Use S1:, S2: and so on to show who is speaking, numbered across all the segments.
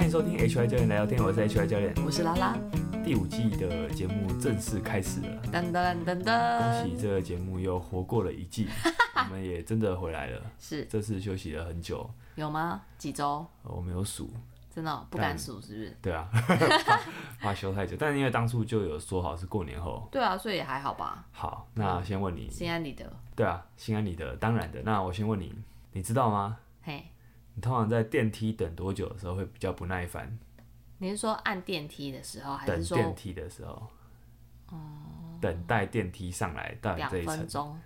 S1: 迎收听 HY 教练来聊天，我是 HY 教练。
S2: 我是拉拉，
S1: 第五季的节目正式开始了，
S2: 噔噔噔
S1: 恭
S2: 噔，
S1: 喜这个节目又活过了一 季，我们也真的回来了。
S2: 是
S1: 这次休息了很久，
S2: 有吗？几周？
S1: 呃我没有数，
S2: 真的哦、不敢数是不是？
S1: 对啊， 怕怕休太久，但因为当初就有说好是过年后。
S2: 对啊，所以也还好吧。
S1: 好，那先问你，
S2: 心安理得，
S1: 对啊，心安理得，当然的。那我先问你，你知道吗？
S2: 嘿，
S1: 你通常在电梯等多久的时候会比较不耐烦？
S2: 你是说按电梯的时候，还
S1: 等
S2: 是说哦
S1: 电梯的时候，等待电梯上来到你
S2: 两
S1: 啊这一层
S2: 分，钟？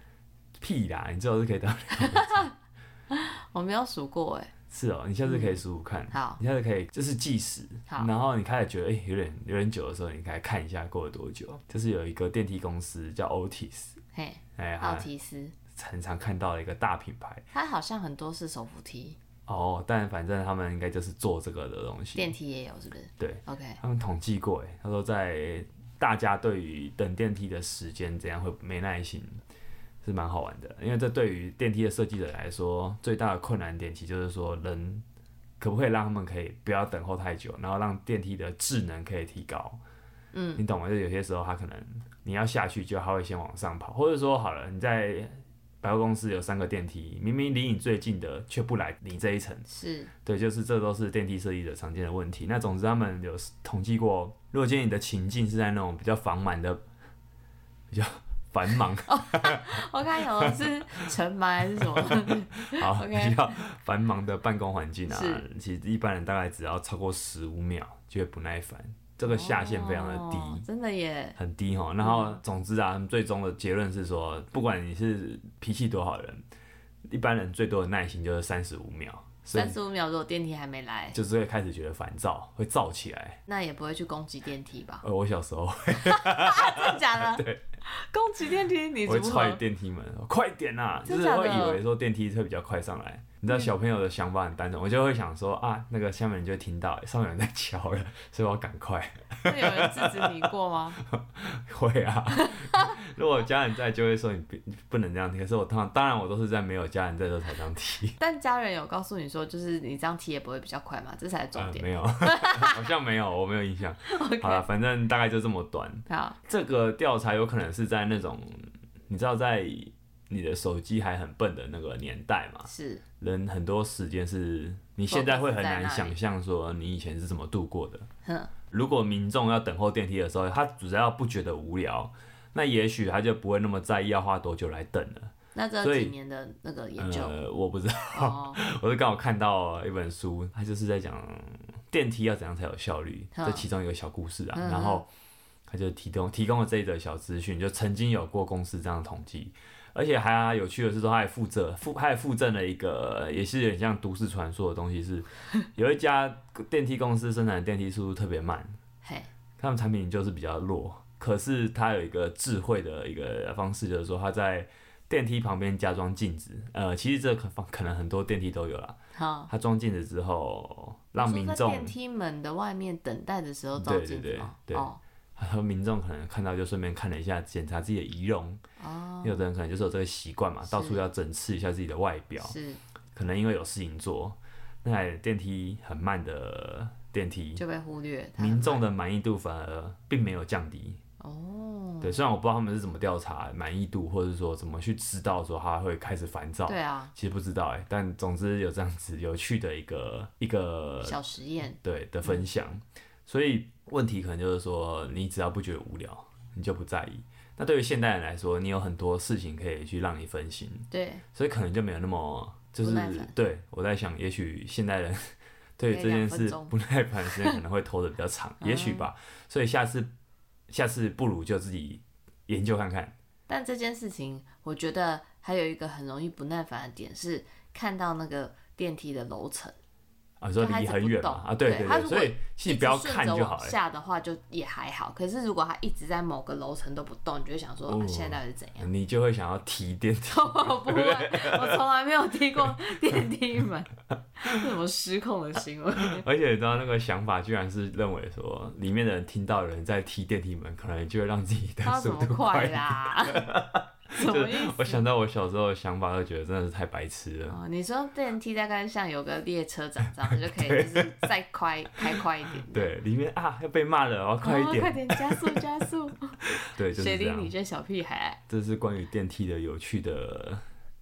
S1: 屁啦！你最后是可以到，
S2: 我没有数过哎，
S1: 是哦，你下次可以数数看，
S2: 嗯好，
S1: 你下次可以就是计时，
S2: 好
S1: 然后你开始觉得哎、诶有点有点久的时候，你来看一下过了多久。就是有一个电梯公司叫 Otis，
S2: 嘿，
S1: 哎、
S2: 奥
S1: 它
S2: 提斯，
S1: 很常看到的一个大品牌
S2: 它好像很多是手扶梯，
S1: 哦，但反正他们应该就是做这个的东西，
S2: 电梯也有是不是？
S1: 对
S2: ，OK，
S1: 他们统计过，哎，他说在大家对于等电梯的时间怎样会没耐心，是蛮好玩的。因为这对于电梯的设计者来说，最大的困难点其实就是说，人可不可以让他们可以不要等候太久，然后让电梯的智能可以提高。
S2: 嗯，
S1: 你懂吗？就有些时候他可能你要下去，就他会先往上跑，或者说好了，你在百货公司有三个电梯，明明离你最近的却不来你这一层。
S2: 是
S1: 对，就是这都是电梯设计者常见的问题。那总之他们有统计过，如果今天你的情境是在那种比较繁忙的、比较繁 忙，
S2: 我看有是尘螨还是什么？
S1: 好
S2: OK
S1: 比较繁忙的办公环境啊
S2: 是，
S1: 其实一般人大概只要超过十五秒就会不耐烦，这个 下限非常的低。
S2: 哦嗯真的耶，
S1: 很低哈，然后总之啊，他们最终的结论是说，不管你是脾气多好的人，一般人最多的耐心就是三十五秒，所以
S2: 三十五秒如果电梯还没来，
S1: 就是会开始觉得烦躁，会躁起来。
S2: 那也不会去攻击电梯吧？
S1: 呃，我小时候
S2: 真的假 的？对，攻击电梯你
S1: 我会
S2: 如
S1: 踹
S2: 何？
S1: 电梯门，快点啦、就
S2: 真
S1: 是
S2: 假的
S1: 会以为说电梯会比较快上来。你知道小朋友的想法很单纯，我就会想说啊，那个下面人就会听到上面有人在敲了，所以我要赶快。
S2: 会有人制止你过吗？
S1: 会啊， 如果家人在，就会说你不你不能这样踢。可是我通常，当然我都是在没有家人在的时候才这样踢。
S2: 但家人有告诉你说，就是你这样踢也不会比较快嘛，这才是 重
S1: 呃，
S2: 点。
S1: 没有， 好像没有，我没有印 象。好了，反正大概就这么短。
S2: 好，
S1: 这个调查有可能是在那种，你知道，在你的手机还很笨的那个年代嘛，
S2: 是
S1: 人很多时间是你现在会很难想象说你以前是怎么度过的。
S2: 哼，
S1: 如果民众要等候电梯的时候，他只要不觉得无聊，那也许他就不会那么在意要花多久来等了。
S2: 那这
S1: 所以
S2: 几年的那个研究、
S1: 呃，我不知道，
S2: 哦，
S1: 我是刚好看到一本书，它就是在讲电梯要怎样才有效率，
S2: 嗯
S1: 这其中一个小故事啊。
S2: 嗯嗯
S1: 然后他就提供提供了这一则小资讯，就曾经有过公司这样的统计，而且还有趣的是说，他还附赠附他还附赠了一个也是有点像都市传说的东西 是，有一家电梯公司生产的电梯速度特别慢，
S2: 嘿，
S1: 他们产品就是比较弱，可是它有一个智慧的一个方式，就是说它在电梯旁边加装镜子。呃，其实这可可能很多电梯都有啦。
S2: 好。
S1: 它装镜子之后，让
S2: 你
S1: 民
S2: 说在
S1: 众
S2: 电梯门的外面等待的时候照镜子吗？
S1: 对对对对
S2: 哦
S1: 和民众可能看到就顺便看了一下，检查自己的仪容。
S2: 哦，
S1: 有的人可能就是有这个习惯嘛，
S2: 是
S1: 到处要整治一下自己的外表。
S2: 是
S1: 可能因为有事情做，那电梯很慢的电梯，
S2: 就被忽略。它很
S1: 民众的满意度反而并没有降低。
S2: 哦，
S1: 对，虽然我不知道他们是怎么调查满意度，或者说怎么去知道说他会开始烦躁，
S2: 对啊，
S1: 其实不知道哎、但总之有这样子有趣的一个一个
S2: 小实验
S1: 对的
S2: 嗯
S1: 分享，所以问题可能就是说，你只要不觉得无聊，你就不在意。那对于现代人来说，你有很多事情可以去让你分心，
S2: 对，
S1: 所以可能就没有那么就是
S2: 不耐烦
S1: 对我在想，也许现代 人对于这件
S2: 可以两分
S1: 事
S2: 钟嗯
S1: 不耐烦的时间可能会拖得比较 长，也许吧。所以下次下次不如就自己研究看看。
S2: 但这件事情，我觉得还有一个很容易不耐烦的点是，看到那个电梯的楼层，
S1: 啊，你说
S2: 就他一
S1: 离
S2: 直
S1: 很
S2: 不
S1: 远嘛，
S2: 动
S1: 啊，对
S2: 对
S1: 对
S2: 他
S1: 对，
S2: 如果
S1: 所以其实不要看就好
S2: 一直顺着往
S1: 了。
S2: 下的话就也还好，可是如果它一直在某个楼层都不动，你就会想说、
S1: 哦
S2: 啊现在到底是怎样？
S1: 你就会想要提电梯，
S2: 我不会， 我从来没有踢过电梯门， 这什么失控的 行为？
S1: 而且你知道那个想法居然是认为说里面的人听到有人在踢电梯门，可能就会让自己的
S2: 他要
S1: 速
S2: 怎么
S1: 度
S2: 快
S1: 一点。
S2: 啦？ 什么意
S1: 我
S2: 思？
S1: 想到我小时候的想法，就觉得真的是太白痴了。
S2: 哦，你说电梯大概像有个列车长这样，就 可以就是再快开快一点。
S1: 对，里面啊要被骂了，我要快一
S2: 哦快
S1: 点。
S2: 点加速加速！
S1: 对， 就是
S2: 谁
S1: 这
S2: 理
S1: 样
S2: 你。这小屁孩？
S1: 这是关于电梯的有趣的，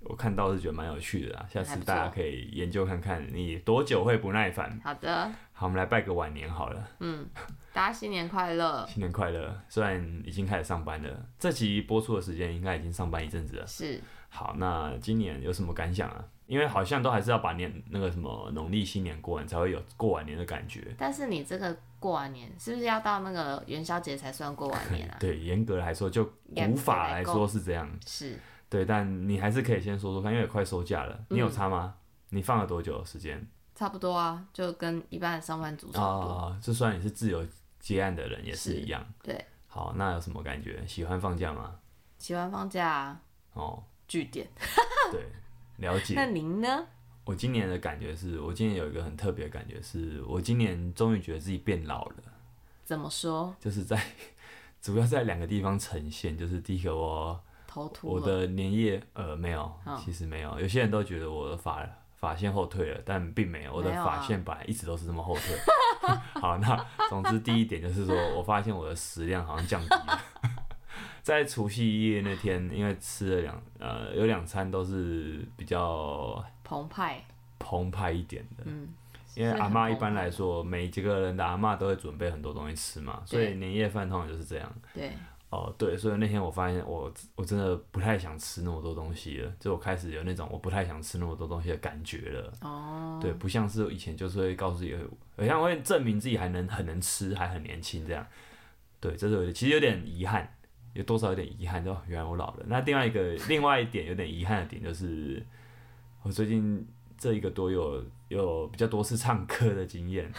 S1: 我看到是觉得蛮有趣的啊。下
S2: 还
S1: 次
S2: 不错
S1: 大家可以研究看看，你多久会不耐烦？
S2: 好的，
S1: 好，我们来拜个晚年好了，
S2: 嗯，大家新年快乐！
S1: 新年快乐！虽然已经开始上班了，这集播出的时间应该已经上班一阵子了。
S2: 是
S1: 好，那今年有什么感想啊？因为好像都还是要把年那个什么农历新年过完，才会有过完年的感觉。
S2: 但是你这个过完年是不是要到那个元宵节才算过完年 啊？
S1: 对，严格来说，就古法来说是这样。
S2: 是
S1: 对，但你还是可以先说说看，因为也快收假了，你有
S2: 嗯
S1: 差吗？你放了多久的时间？
S2: 差不多啊，就跟一般的上班族差不多。
S1: 啊、就算你是自由接案的人也是
S2: 是
S1: 一样。
S2: 对，
S1: 好，那有什么感觉？喜欢放假吗？
S2: 喜欢放假啊
S1: 哦，
S2: 据点，
S1: 对，了
S2: 那
S1: 解。
S2: 您呢？
S1: 我今年的感觉是，我今年有一个很特别的感觉是，我今年终于觉得自己变老了，
S2: 怎么说？
S1: 就是在主要在两个地方呈现，就是第一个我
S2: 头秃
S1: 我
S2: 了，
S1: 的年夜呃没有
S2: 嗯，
S1: 其实没有，有些人都觉得我的发发线后退了，但并没有，我的
S2: 没有啊
S1: 发线本来一直都是这么后退。 好，那总之第一点就是说我发现我的食量好像降低了。 在除夕夜那天，因为吃了两呃有两餐都是比较
S2: 澎湃，
S1: 澎湃一点的，
S2: 嗯，
S1: 因为
S2: 是
S1: 阿
S2: 很
S1: 妈一
S2: 澎
S1: 般
S2: 湃
S1: 来说每几个人的阿妈都会准备很多东西吃嘛，所以
S2: 对
S1: 年夜饭通常就是这样。
S2: 对，
S1: 哦，对，所以那天我发现我我真的不太想吃那么多东西了，就我开始有那种我不太想吃那么多东西的感觉了。
S2: 哦，
S1: 对，不像是以前就是会告诉自己，好像会证明自己还能很能吃，还很年轻这样。对，这是有点其实有点遗憾，有多少有点遗憾，就哦原来我老了。那另外一个另外一点有点遗憾的点就是，我最近这一个多有有比较多次唱歌的经验。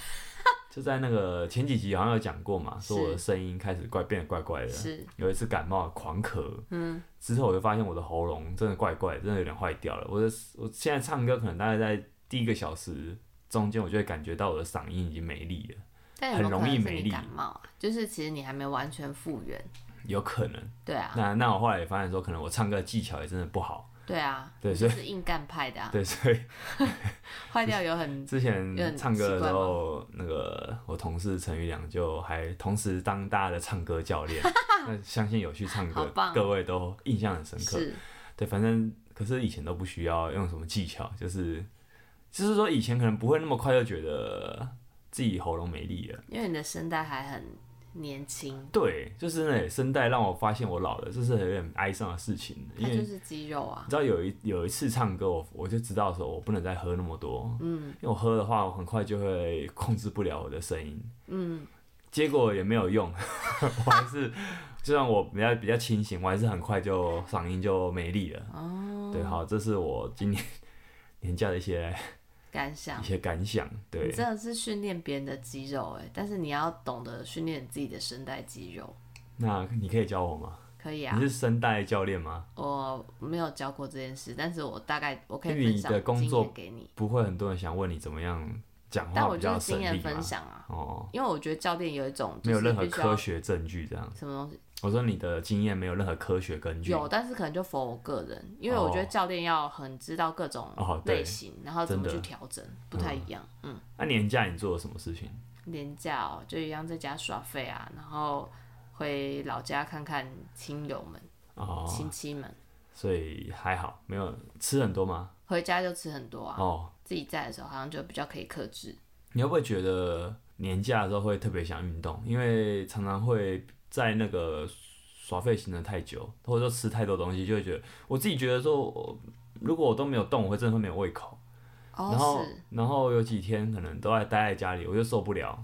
S1: 就在那个前几集好像有讲过嘛，说我的
S2: 是
S1: 声音开始怪变得怪怪的，
S2: 是，
S1: 有一次感冒狂咳，
S2: 嗯，
S1: 之后我就发现我的喉咙真的怪怪，真的有点坏掉了。我的我现在唱歌可能大概在第一个小时中间，我就会感觉到我的嗓音已经没力了，
S2: 但有没有
S1: 很容
S2: 可能
S1: 易
S2: 是
S1: 没
S2: 你
S1: 力
S2: 感冒啊？就是其实你还没完全复原，
S1: 有可能。
S2: 对啊，
S1: 那那我后来也发现说，可能我唱歌技巧也真的不好，
S2: 对啊，
S1: 对
S2: 你
S1: 所
S2: 就
S1: 以
S2: 是硬干派的啊，
S1: 对，所以
S2: 坏掉有很
S1: 之前唱歌的时
S2: 有
S1: 候，那个我同事陈宇良就还同时当大家的唱歌教 练，那相信有去唱
S2: 好
S1: 歌
S2: 棒哦
S1: 各位都印象很深刻。
S2: 是
S1: 对，反正可是以前都不需要用什么技巧，就是就是说以前可能不会那么快就觉得自己喉咙没力了。
S2: 因为你的声带还很年轻，
S1: 对，就是那声带让我发现我老了，这是有点哀伤的事情。因
S2: 它
S1: 为
S2: 就
S1: 你
S2: 是肌肉啊，
S1: 知道有一有一次唱歌，我我就知道说我不能再喝那么多，嗯，因为我喝的话，我很快就会控制不了我的声音，
S2: 嗯，
S1: 结果也没有用， 我还是就算我比较比较清醒，我还是很快就嗓音就没力了。
S2: 哦，
S1: 对，好，这是我今年 年假的一些
S2: 感想
S1: 一。些感想。
S2: 你
S1: 对，
S2: 真的是训练别人的肌肉哎、但是你要懂得训练自己的声带肌肉，
S1: 那你可以教我吗？
S2: 可以
S1: 你
S2: 啊。
S1: 是声带教练吗？
S2: 我没有教过这件事，但是我大概我可以
S1: 因为
S2: 分
S1: 你
S2: 享
S1: 的工作
S2: 经验给你，
S1: 不会很多人想问你怎么样讲
S2: 但
S1: 话
S2: 我
S1: 比
S2: 就
S1: 较
S2: 是经
S1: 省
S2: 验
S1: 力
S2: 分
S1: 吗？
S2: 享啊，
S1: 哦，
S2: 因为我觉得教练有一种
S1: 没
S2: 就
S1: 有
S2: 是
S1: 任何
S2: 必须要
S1: 科学证据这样。
S2: 什么东西
S1: 我说你的经验没有任何科学根据。
S2: 有，但是可能就 for 我个人，因为我觉得
S1: 哦
S2: 教练要很知道各种
S1: 哦对
S2: 类型，然后怎么
S1: 真
S2: 去
S1: 的
S2: 调整，不太一样，嗯。
S1: 那、年假你做了什么事情？
S2: 廉价哦，就一样在家耍废啊，然后回老家看看亲友们、
S1: 哦，
S2: 亲戚们。
S1: 所以还好，没有吃很多吗？
S2: 回家就吃很多啊，
S1: 哦，
S2: 自己在的时候好像就比较可以克制。
S1: 你会不会觉得年假的时候会特别想运动？因为常常会在那个耍废行的太久，或者说吃太多东西，就会觉得我自己觉得说我，如果我都没有动，我会真的会没有胃口。然后
S2: 哦，是，
S1: 然后有几天可能都在待在家里，我就受不了。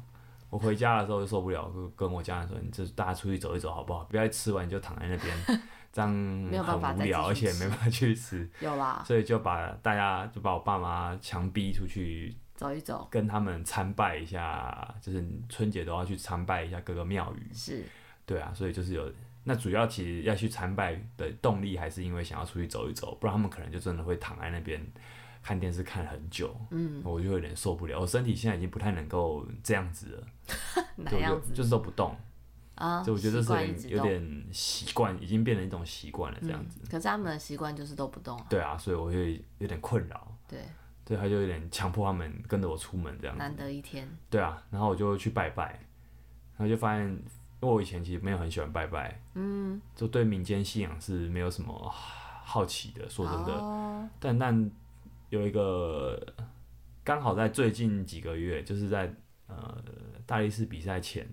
S1: 我回家的时候就受不了，就跟我家人说：“你就大家出去走一走好不好？不要吃完就躺在那 边，这样
S2: 没有办法
S1: 很无
S2: 再
S1: 聊，而
S2: 继续
S1: 且没办法去吃。
S2: 有”啦，
S1: 所以就把大家就把我爸妈强逼出去
S2: 走一走，
S1: 跟他们参拜一下，就是春节都要去参拜一下各个庙宇，
S2: 是
S1: 对啊，所以就是有那主要其实要去参拜的动力还是因为想要出去走一走，不然他们可能就真的会躺在那边看电视看很久，嗯，我就有点受不了，我身体现在已经不太能够这样子了，
S2: 哪
S1: 对，我
S2: 样
S1: 就
S2: 子？
S1: 就是都不动，
S2: 啊，
S1: 所以我觉得这
S2: 习惯一
S1: 是
S2: 直
S1: 有
S2: 动
S1: 点习惯，已经变成一种习惯了这样子。
S2: 嗯。可是他们的习惯就是都不动啊，
S1: 对啊，所以我会有点困扰，
S2: 对，
S1: 对，他就有点强迫他们跟着我出门这样
S2: 难
S1: 子。
S2: 得一天，
S1: 对啊，然后我就去拜拜，然后就发现，因为我以前其实没有很喜欢拜拜，嗯，就对民间信仰是没有什么啊好奇的，说真的。
S2: 哦，
S1: 但但有一个刚好在最近几个月，就是在呃大力士比赛前，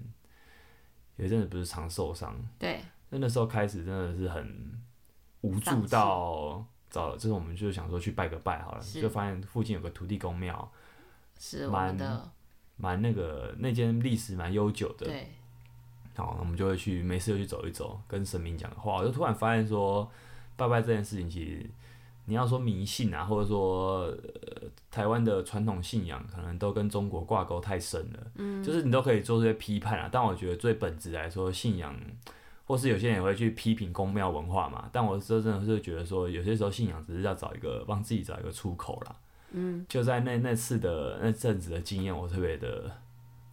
S1: 有一阵子不是常受伤，
S2: 对，
S1: 那那时候开始真的是很无
S2: 丧
S1: 助
S2: 气
S1: 到找，就是我们就想说去拜个拜好了，
S2: 是
S1: 就发现附近有个土地公庙，
S2: 是我们的，
S1: 蛮那个那间历史蛮悠久的，
S2: 对，
S1: 好，那我们就会去没事就去走一走，跟神明讲话。我就突然发现说，拜拜这件事情，其实你要说迷信啊，或者说、呃、台湾的传统信仰，可能都跟中国挂钩太深了。嗯，就是你都可以做这些批判啊，但我觉得最本质来说，信仰。或是有些人也会去批评宫庙文化嘛，但我这真的是觉得说，有些时候信仰只是要找一个帮自己找一个出口啦。嗯，就在那那次的那阵子的经验，我特别的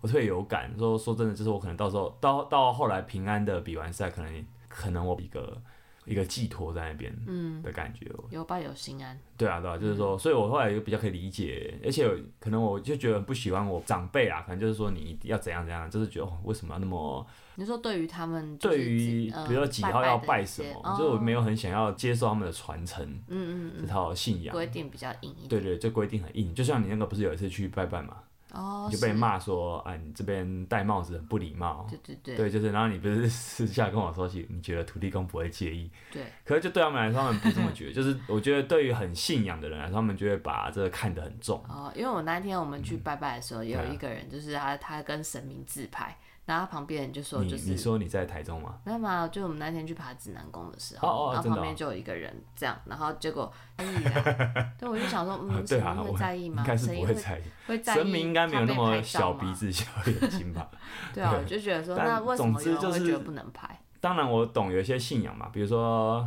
S1: 我特别有感。说说真的，就是我可能到时候到到后来平安的比完赛，可能可能我一个一个寄托在那边，嗯的感觉。
S2: 有拜有心安，
S1: 对啊，对啊，
S2: 嗯
S1: 就是说，所以我后来就比较可以理解，而且可能我就觉得不喜欢我长辈啊，可能就是说你一定要怎样怎样，就是觉得、哦、为什么要那么
S2: 你说对于他们就是
S1: 对于
S2: 几呃
S1: 比如说几号要
S2: 拜
S1: 拜
S2: 的一
S1: 什
S2: 些
S1: 么，
S2: 哦
S1: 就是我没有很想要接受他们的传承、
S2: 嗯
S1: 这
S2: 嗯
S1: 套信
S2: 嗯，
S1: 仰。
S2: 规定比较硬一点，
S1: 对对，这规定很硬，就像你那个不是有一次去拜拜嘛，
S2: 哦，
S1: 你就被
S2: 是，
S1: 骂说啊，你这边戴帽子很不礼貌，
S2: 对对对
S1: 对，就是，然后你不是 私下跟我说起，你觉得土地公不会介意，
S2: 对，
S1: 可是就对他们来说，他们不这么觉得。就是我觉得对于很信仰的人来说，他们就会把这个看得很重。
S2: 哦，因为我那天我们去拜拜的时候，有
S1: 对啊
S2: 一个人就是他他跟神明自拍，然后他旁边人就说
S1: 你
S2: 就
S1: 你
S2: 是。
S1: 说你在台中吗？
S2: 没有嘛，就我们那天去爬指南宫的时候，
S1: 哦哦
S2: 然后
S1: 真的
S2: 旁边
S1: 哦
S2: 就有一个人这样，然后结果 在意啊，对，我就想说，
S1: 啊
S2: 嗯，
S1: 对
S2: 神
S1: 啊，
S2: 明
S1: 我
S2: 会在意吗？
S1: 应该是
S2: 神
S1: 不
S2: 明
S1: 会
S2: 会
S1: 在意，
S2: 会在意，
S1: 神明应该没有那么小鼻子
S2: 子。
S1: 小眼睛吧。
S2: 对啊，
S1: 对
S2: 我就觉得说，
S1: 但
S2: 那为什么有
S1: 总之
S2: 人会
S1: 就是
S2: 觉得不能拍？
S1: 当然，我懂有一些信仰嘛，比如说，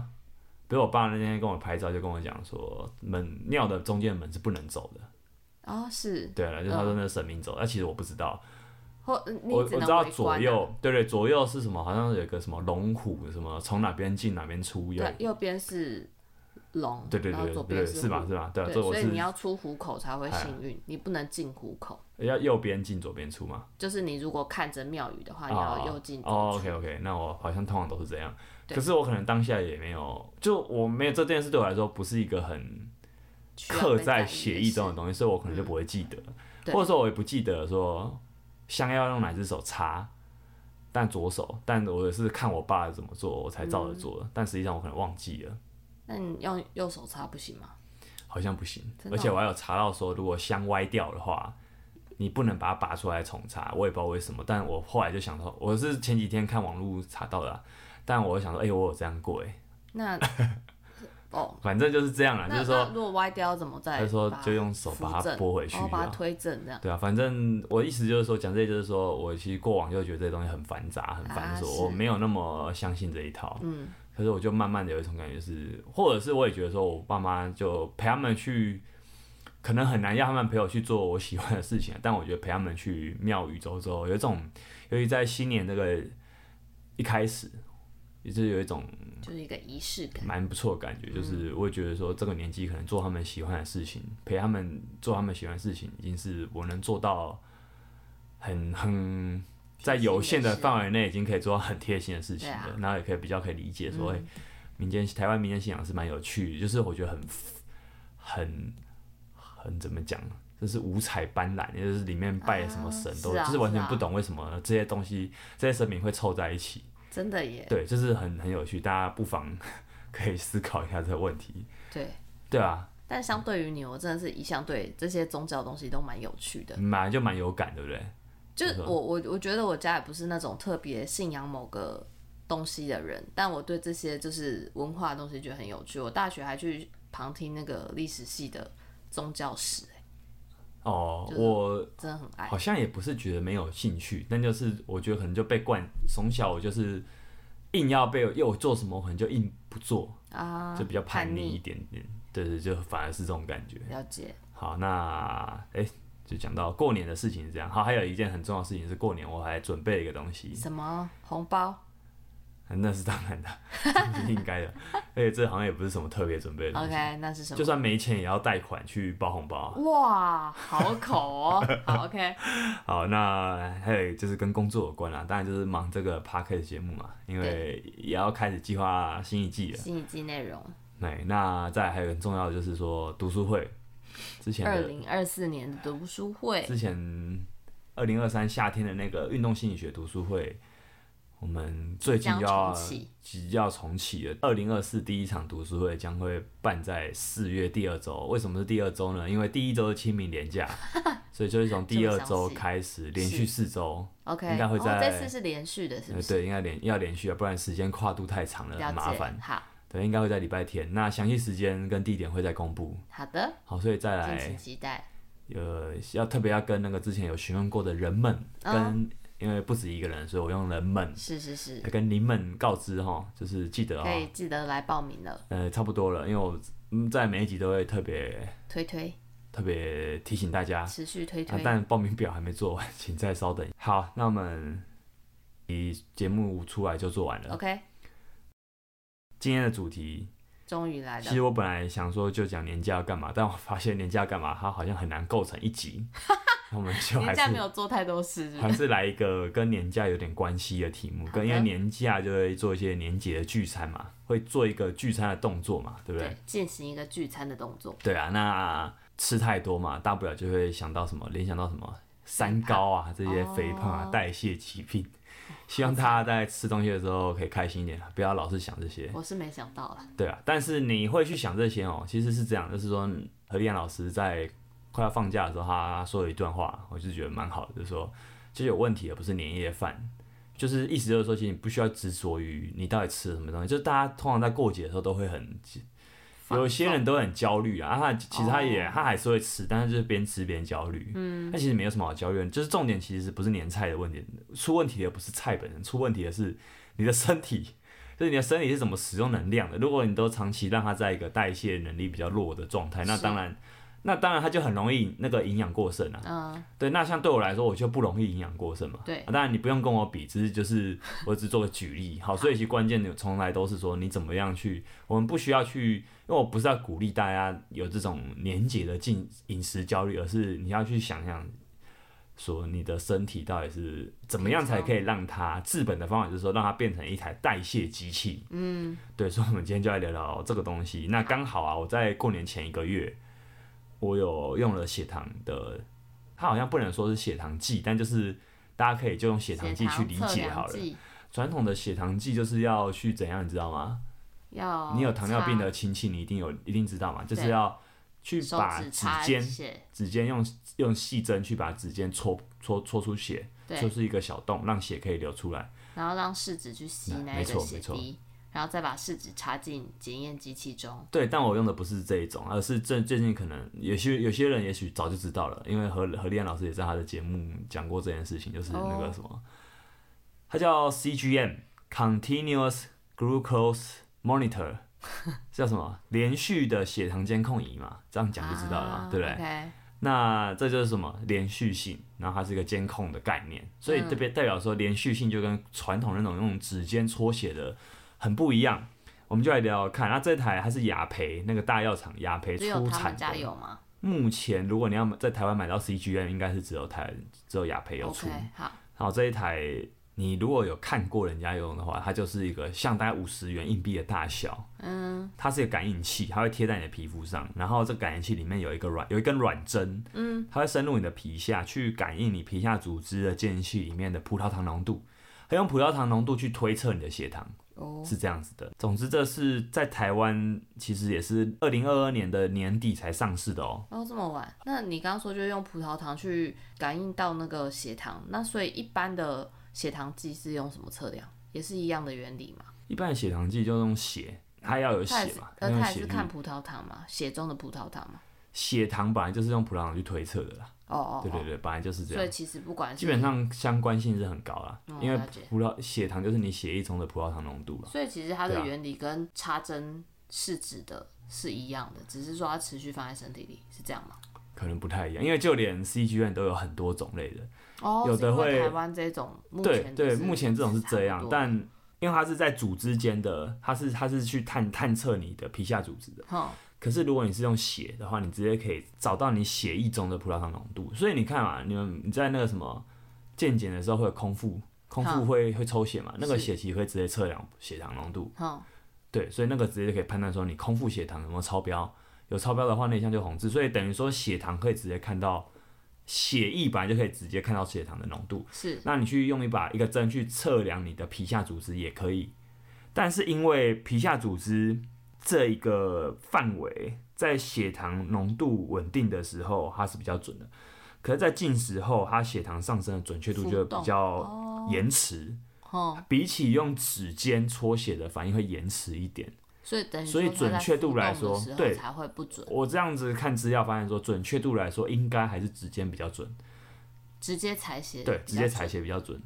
S1: 比如我爸那天跟我拍照，就跟我讲说，门庙的中间的门是不能走的。
S2: 哦，是
S1: 对啊了，就他说那是神明走，那、其实我不知道。
S2: 或嗯你
S1: 我我
S2: 只
S1: 知
S2: 能
S1: 道
S2: 围
S1: 左
S2: 观啊
S1: 右，对对，左右是什么？好像有一个什么龙虎，什么从哪边进哪边出有。
S2: 对，右边是龙，
S1: 对对
S2: 然后
S1: 对
S2: 左
S1: 对
S2: 边
S1: 对，
S2: 是
S1: 是吧
S2: 虎
S1: 是吧？对啊，
S2: 对，
S1: 这我
S2: 所以
S1: 是
S2: 你要出虎口才会
S1: 哎呀
S2: 幸运，你不能进虎口。
S1: 要右边进左边出嘛？
S2: 就是你如果看着庙宇的话，你
S1: 啊
S2: 要右进左
S1: 哦
S2: 出。
S1: ，OK OK，那我好像通常都是这样。
S2: 对
S1: 可是我可能当下也没有，就我没有这件事对我来说不是一个很
S2: 需要
S1: 刻
S2: 被在
S1: 在
S2: 意的
S1: 协议中的
S2: 事嗯
S1: 东西，所以我可能就不会记得，
S2: 对
S1: 或者说我也不记得说香要用哪只手擦，但左手，但我也是看我爸怎么做，我才照着
S2: 嗯
S1: 做的，但实际上我可能忘记了。
S2: 那你用右手擦不行吗？
S1: 好像不行，
S2: 真的哦
S1: 而且我还有查到说，如果香歪掉的话，你不能把它拔出来重插，我也不知道为什么。但我后来就想说，我是前几天看网络查到的啊、但我想说，哎、我有这样过哎、
S2: 那哦，
S1: 反正就是这样啊啦，就
S2: 那
S1: 是说
S2: 那，如果歪掉要怎么
S1: 他就
S2: 再把它扶
S1: 说
S2: 正？
S1: 就用手把它拨回去
S2: 然后把它
S1: 啊
S2: 推正这样。
S1: 对啊，反正我意思就是说，讲这些就是说我其实过往就觉得这些东西很繁杂、很繁
S2: 啊
S1: 琐，
S2: 是
S1: 我没有那么相信这一套。
S2: 嗯，
S1: 可是我就慢慢的有一种感觉是，或者是我也觉得说，我爸妈就陪他们去，可能很难让他们陪我去做我喜欢的事情，但我觉得陪他们去庙宇走走，有一种，尤其在新年这个一开始，就是有一种
S2: 就是一个仪式感。嗯
S1: 蛮不错的感觉，就是我会觉得说，这个年纪可能做他们喜欢的事情，陪他们做他们喜欢的事情，已经是我能做到很很在有限的范围内，已经可以做到很贴心的事情了。
S2: 对啊
S1: 然后也可以比较可以理解
S2: 啊
S1: 说，哎、民间台湾民间信仰是蛮有趣的，就是我觉得很很很怎么讲，就是五彩斑斓，也就是里面拜什么神
S2: 啊
S1: 都，
S2: 是啊
S1: 就是完全
S2: 是啊
S1: 不懂为什么这些东西这些神明会凑在一起。
S2: 真的耶，
S1: 对，就是很很有趣，大家不妨 可以思考一下这个问题。
S2: 对。
S1: 对啊，
S2: 但相对于你，我真的是一向对这些宗教的东西都蛮有趣的。
S1: 本来就蛮有感，对不对？
S2: 就是
S1: 没错
S2: 我我我觉得我家也不是那种特别信仰某个东西的人，但我对这些就是文化的东西觉得很有趣。我大学还去旁听那个历史系的宗教史、欸
S1: 哦，
S2: 就是哎
S1: 我
S2: 真的很爱。
S1: 好像也不是觉得没有兴趣，但就是我觉得可能就被惯，从小我就是硬要被又我做什么，我可能就硬不做，
S2: 啊，
S1: 就比较
S2: 叛
S1: 叛逆一点点。对对，就反而是这种感觉。
S2: 了解，
S1: 好，那哎、就讲到过年的事情是这样。好，还有一件很重要的事情是过年我还准备了一个东西，
S2: 什么红包
S1: 那是当然的， 这是应该的。而且这好像也不是什么特别准备的东西，
S2: ？OK，那是什
S1: 就
S2: 么？
S1: 算没钱也要贷款去包红包啊。
S2: 嗯哇，好口哦。好，OK，
S1: 好，那还有就是跟工作有关啦，当然就是忙这个 p a r k 的节目嘛，因为也要开始计划新一季了。
S2: 新一季内容，
S1: 对，那再来还有很重要的就是说读书会，之前
S2: 二
S1: 的
S2: 零二四年的读书会，
S1: 之前二零二三夏天的那个运动心理学读书会，我们最近
S2: 将
S1: 就要
S2: 重启
S1: 即要重启了。二零二四第一场读书会将会办在四月第二周。为什么是第二周呢？因为第一周是清明连 假，所以就是从第
S2: 这么
S1: 二
S2: 详
S1: 周
S2: 细
S1: 开始，连续四周。
S2: OK，
S1: 应该会
S2: 哦、
S1: 在
S2: 这次是连续的，是不
S1: 呃，
S2: 是？
S1: 对，应该连要连续啊，不然时间跨度太长了，
S2: 了
S1: 很麻烦
S2: 解。。好，
S1: 对，应该会在礼拜天。那详细时间跟地点会再公布。
S2: 好的，
S1: 好，所以再
S2: 敬
S1: 来
S2: 请期待。
S1: 呃，要特别要跟那个之前有询问过的人们，
S2: 嗯
S1: 跟因为不止一个人，所以我用人们
S2: 是是是，
S1: 来跟您们告知哈，就是记得
S2: 可以
S1: 哈，
S2: 记得来报名了，
S1: 呃，差不多了，因为我嗯在每一集都会特别
S2: 推推，
S1: 特别提醒大家，啊
S2: 持续推推。
S1: 但报名表还没做完， 请再稍等。好，那我们以节目出来就做完了。
S2: OK，
S1: 今天的主题，
S2: 终于来
S1: 其实
S2: 了，
S1: 我本来想说就讲年假要干嘛，但我发现年假要干嘛，它好像很难构成一集， 那我们就还
S2: 年
S1: 是
S2: 假没有做太 多事，是不
S1: 还
S2: 是
S1: 是来一个跟年假有点关系的题目，
S2: 嗯好的
S1: 跟因为年假就会做一些年节的聚餐嘛，会做一个聚餐的动作嘛，对不对？
S2: 对，进行一个聚餐的动作。
S1: 对啊，那吃太多嘛，大不了就会想到什么，联想到什么三高啊，这些肥胖啊、
S2: 哦
S1: 代谢疾病。希望大家在吃东西的时候可以开心一点啊，不要老是想这些。
S2: 我是没想到啦，
S1: 对啊，但是你会去想这些哦，其实是这样，就是说何立安老师在快要放假的时候，他说了一段话，我就觉得蛮好的，就是说，其实有问题的不是年夜饭，就是意思就是说，其实你不需要执着于你到底吃了什么东西，就是大家通常在过节的时候都会很，
S2: 放
S1: 有些人都会很焦虑啊，啊他其实他也、
S2: 哦
S1: 他还是会吃，但是就是边吃边焦虑，嗯，但其实没有什么好焦虑的，就是重点其实不是年菜的问题，出问题的不是菜本身，出问题的是你的身体。就是你的身体是怎么使用能量的。如果你都长期让它在一个代谢能力比较弱的状态，那
S2: 是
S1: 当然，那当然它就很容易那个营养过剩啊。
S2: 嗯，
S1: 对，那像对我来说，我就不容易营养过剩嘛。
S2: 对
S1: 啊当然你不用跟我比，只是就是我只做个举例。好，所以其实关键的从来都是说你怎么样去，我们不需要去，因为我不是要鼓励大家有这种年节的进饮食焦虑，而是你要去想想。说你的身体到底是怎么样才可以让它治本的方法，就是说让它变成一台代谢机器。嗯，对，所以我们今天就来聊聊这个东西。那刚好啊，我在过年前一个月，我有用了血糖的它好像不能说是血糖计，但就是大家可以就用血糖计去理解好了
S2: 血糖测。量计
S1: 传统的血糖计就是要去怎样，你知道吗？
S2: 要
S1: 你有糖尿病
S2: 插
S1: 的亲戚，你一定有一定知道嘛，就是
S2: 哦对
S1: 要去
S2: 手
S1: 把指
S2: 指插
S1: 尖
S2: 血，
S1: 指尖用用细针去把指尖戳戳戳出血，戳
S2: 对，
S1: 出一个小洞，让血可以流出来。
S2: 然后让试纸去吸
S1: 那
S2: 那
S1: 啊没
S2: 一
S1: 错
S2: 个
S1: 没
S2: 血
S1: 错
S2: 滴，然后再把试纸插进检验机器中。
S1: 对，但我用的不是这一种，而是最最近可能有些有些人也许早就知道了，因为何何立安老师也在他的节目讲过这件事情，就是那个
S2: 哦
S1: 什么，它叫 CGM（Continuous Glucose Monitor），叫什么？连续的血糖监控仪嘛，这样讲就知道了嘛，
S2: 啊
S1: 对不对
S2: OK，
S1: 那这就是什么连续性，然后它是一个监控的概念，所以
S2: 嗯
S1: 这边代表说连续性就跟传统那种用指尖搓血的很不一样。我们就来聊聊看，那这台它是雅培那个大药厂雅培
S2: 只哦有
S1: 出
S2: 他
S1: 产
S2: 们家
S1: 的。
S2: 有吗
S1: 目前如果你要在台湾买到 CGM，应该是只有台只有雅培有出。
S2: ？OK，好，
S1: 好，这一台你如果有看过人家用的话，它就是一个像大概五十元硬币的大小，
S2: 嗯，
S1: 它是一个感应器，它会贴在你的皮肤上，然后这感应器里面有一个软有一根软针，嗯，它会深入你的皮下去感应你皮下组织的间隙里面的葡萄糖浓度，它用葡萄糖浓度去推测你的血糖，
S2: 哦，
S1: 是这样子的。总之，这是在台湾其实也是二零二二年的年底才上市的哦。
S2: 哦，这么晚？那你刚刚说就是用葡萄糖去感应到那个血糖，那所以一般的血糖计是用什么测量？也是一样的原理嘛？
S1: 一般的血糖计就用血，它要有
S2: 它也
S1: 血
S2: 是
S1: 嘛，，它
S2: 呃，
S1: 用
S2: 它也
S1: 血
S2: 是
S1: 去
S2: 看葡萄糖嘛，血中的葡萄糖嘛。
S1: 血糖本来就是用葡萄糖去推测的啦。
S2: 哦哦，
S1: 对对对，本来就是
S2: 哦
S1: 这
S2: 所
S1: 样
S2: 以。其实不管是
S1: 基本，上相关性是很高啦，
S2: 嗯
S1: 因为
S2: 了解
S1: 葡萄血糖就是你血液中的葡萄糖浓度了。
S2: 所以其实它
S1: 对
S2: 的
S1: 啊
S2: 原理跟插针试纸的是一样的，只是说它持续放在身体里，是这样吗？
S1: 可能不太一样，因为就连 C 剧院都有很多种类的。
S2: 哦，
S1: 有的
S2: 是因为
S1: 会
S2: 台湾这种目
S1: 对
S2: 前
S1: 对，
S2: 就是
S1: 目前这种是这
S2: 差
S1: 样
S2: 不，多
S1: 但因为它是在组织间的，它是它是去探探测你的皮下组织的。
S2: 哼
S1: 可是如果你是用血的话，你直接可以找到你血液中的葡萄糖浓度。所以你看嘛，你们你在那个什么健检的时候会有空腹，空腹
S2: 嗯
S1: 会会抽血嘛，那个
S2: 是
S1: 血其实会直接测量血糖浓度。
S2: 哼，
S1: 对，所以那个直接就可以判断说你空腹血糖有没有超标，有超标的话那一项就红字，所以等于说血糖可以直接看到血液本来就可以直接看到血糖的浓度。
S2: 是
S1: 那你去用一把一个针去测量你的皮下组织也可以，但是因为皮下组织这一个范围在血糖浓度稳定的时候，它是比较准的。可是，在进食后，它血糖上升的准确度就会
S2: 浮动
S1: 比较
S2: 哦，
S1: 延迟，
S2: 哼，
S1: 比起用指尖搓血的反应会延迟一点。
S2: 所以等于
S1: 所以
S2: 说它在
S1: 准确度
S2: 浮动
S1: 来
S2: 的
S1: 说
S2: 时候
S1: 对
S2: 才会不准，
S1: 我这样子看资料发现说，准确度来说，应该还是指尖比较准，
S2: 直接采血
S1: 对，
S2: 比
S1: 直
S2: 较
S1: 接
S2: 准
S1: 采血比较准。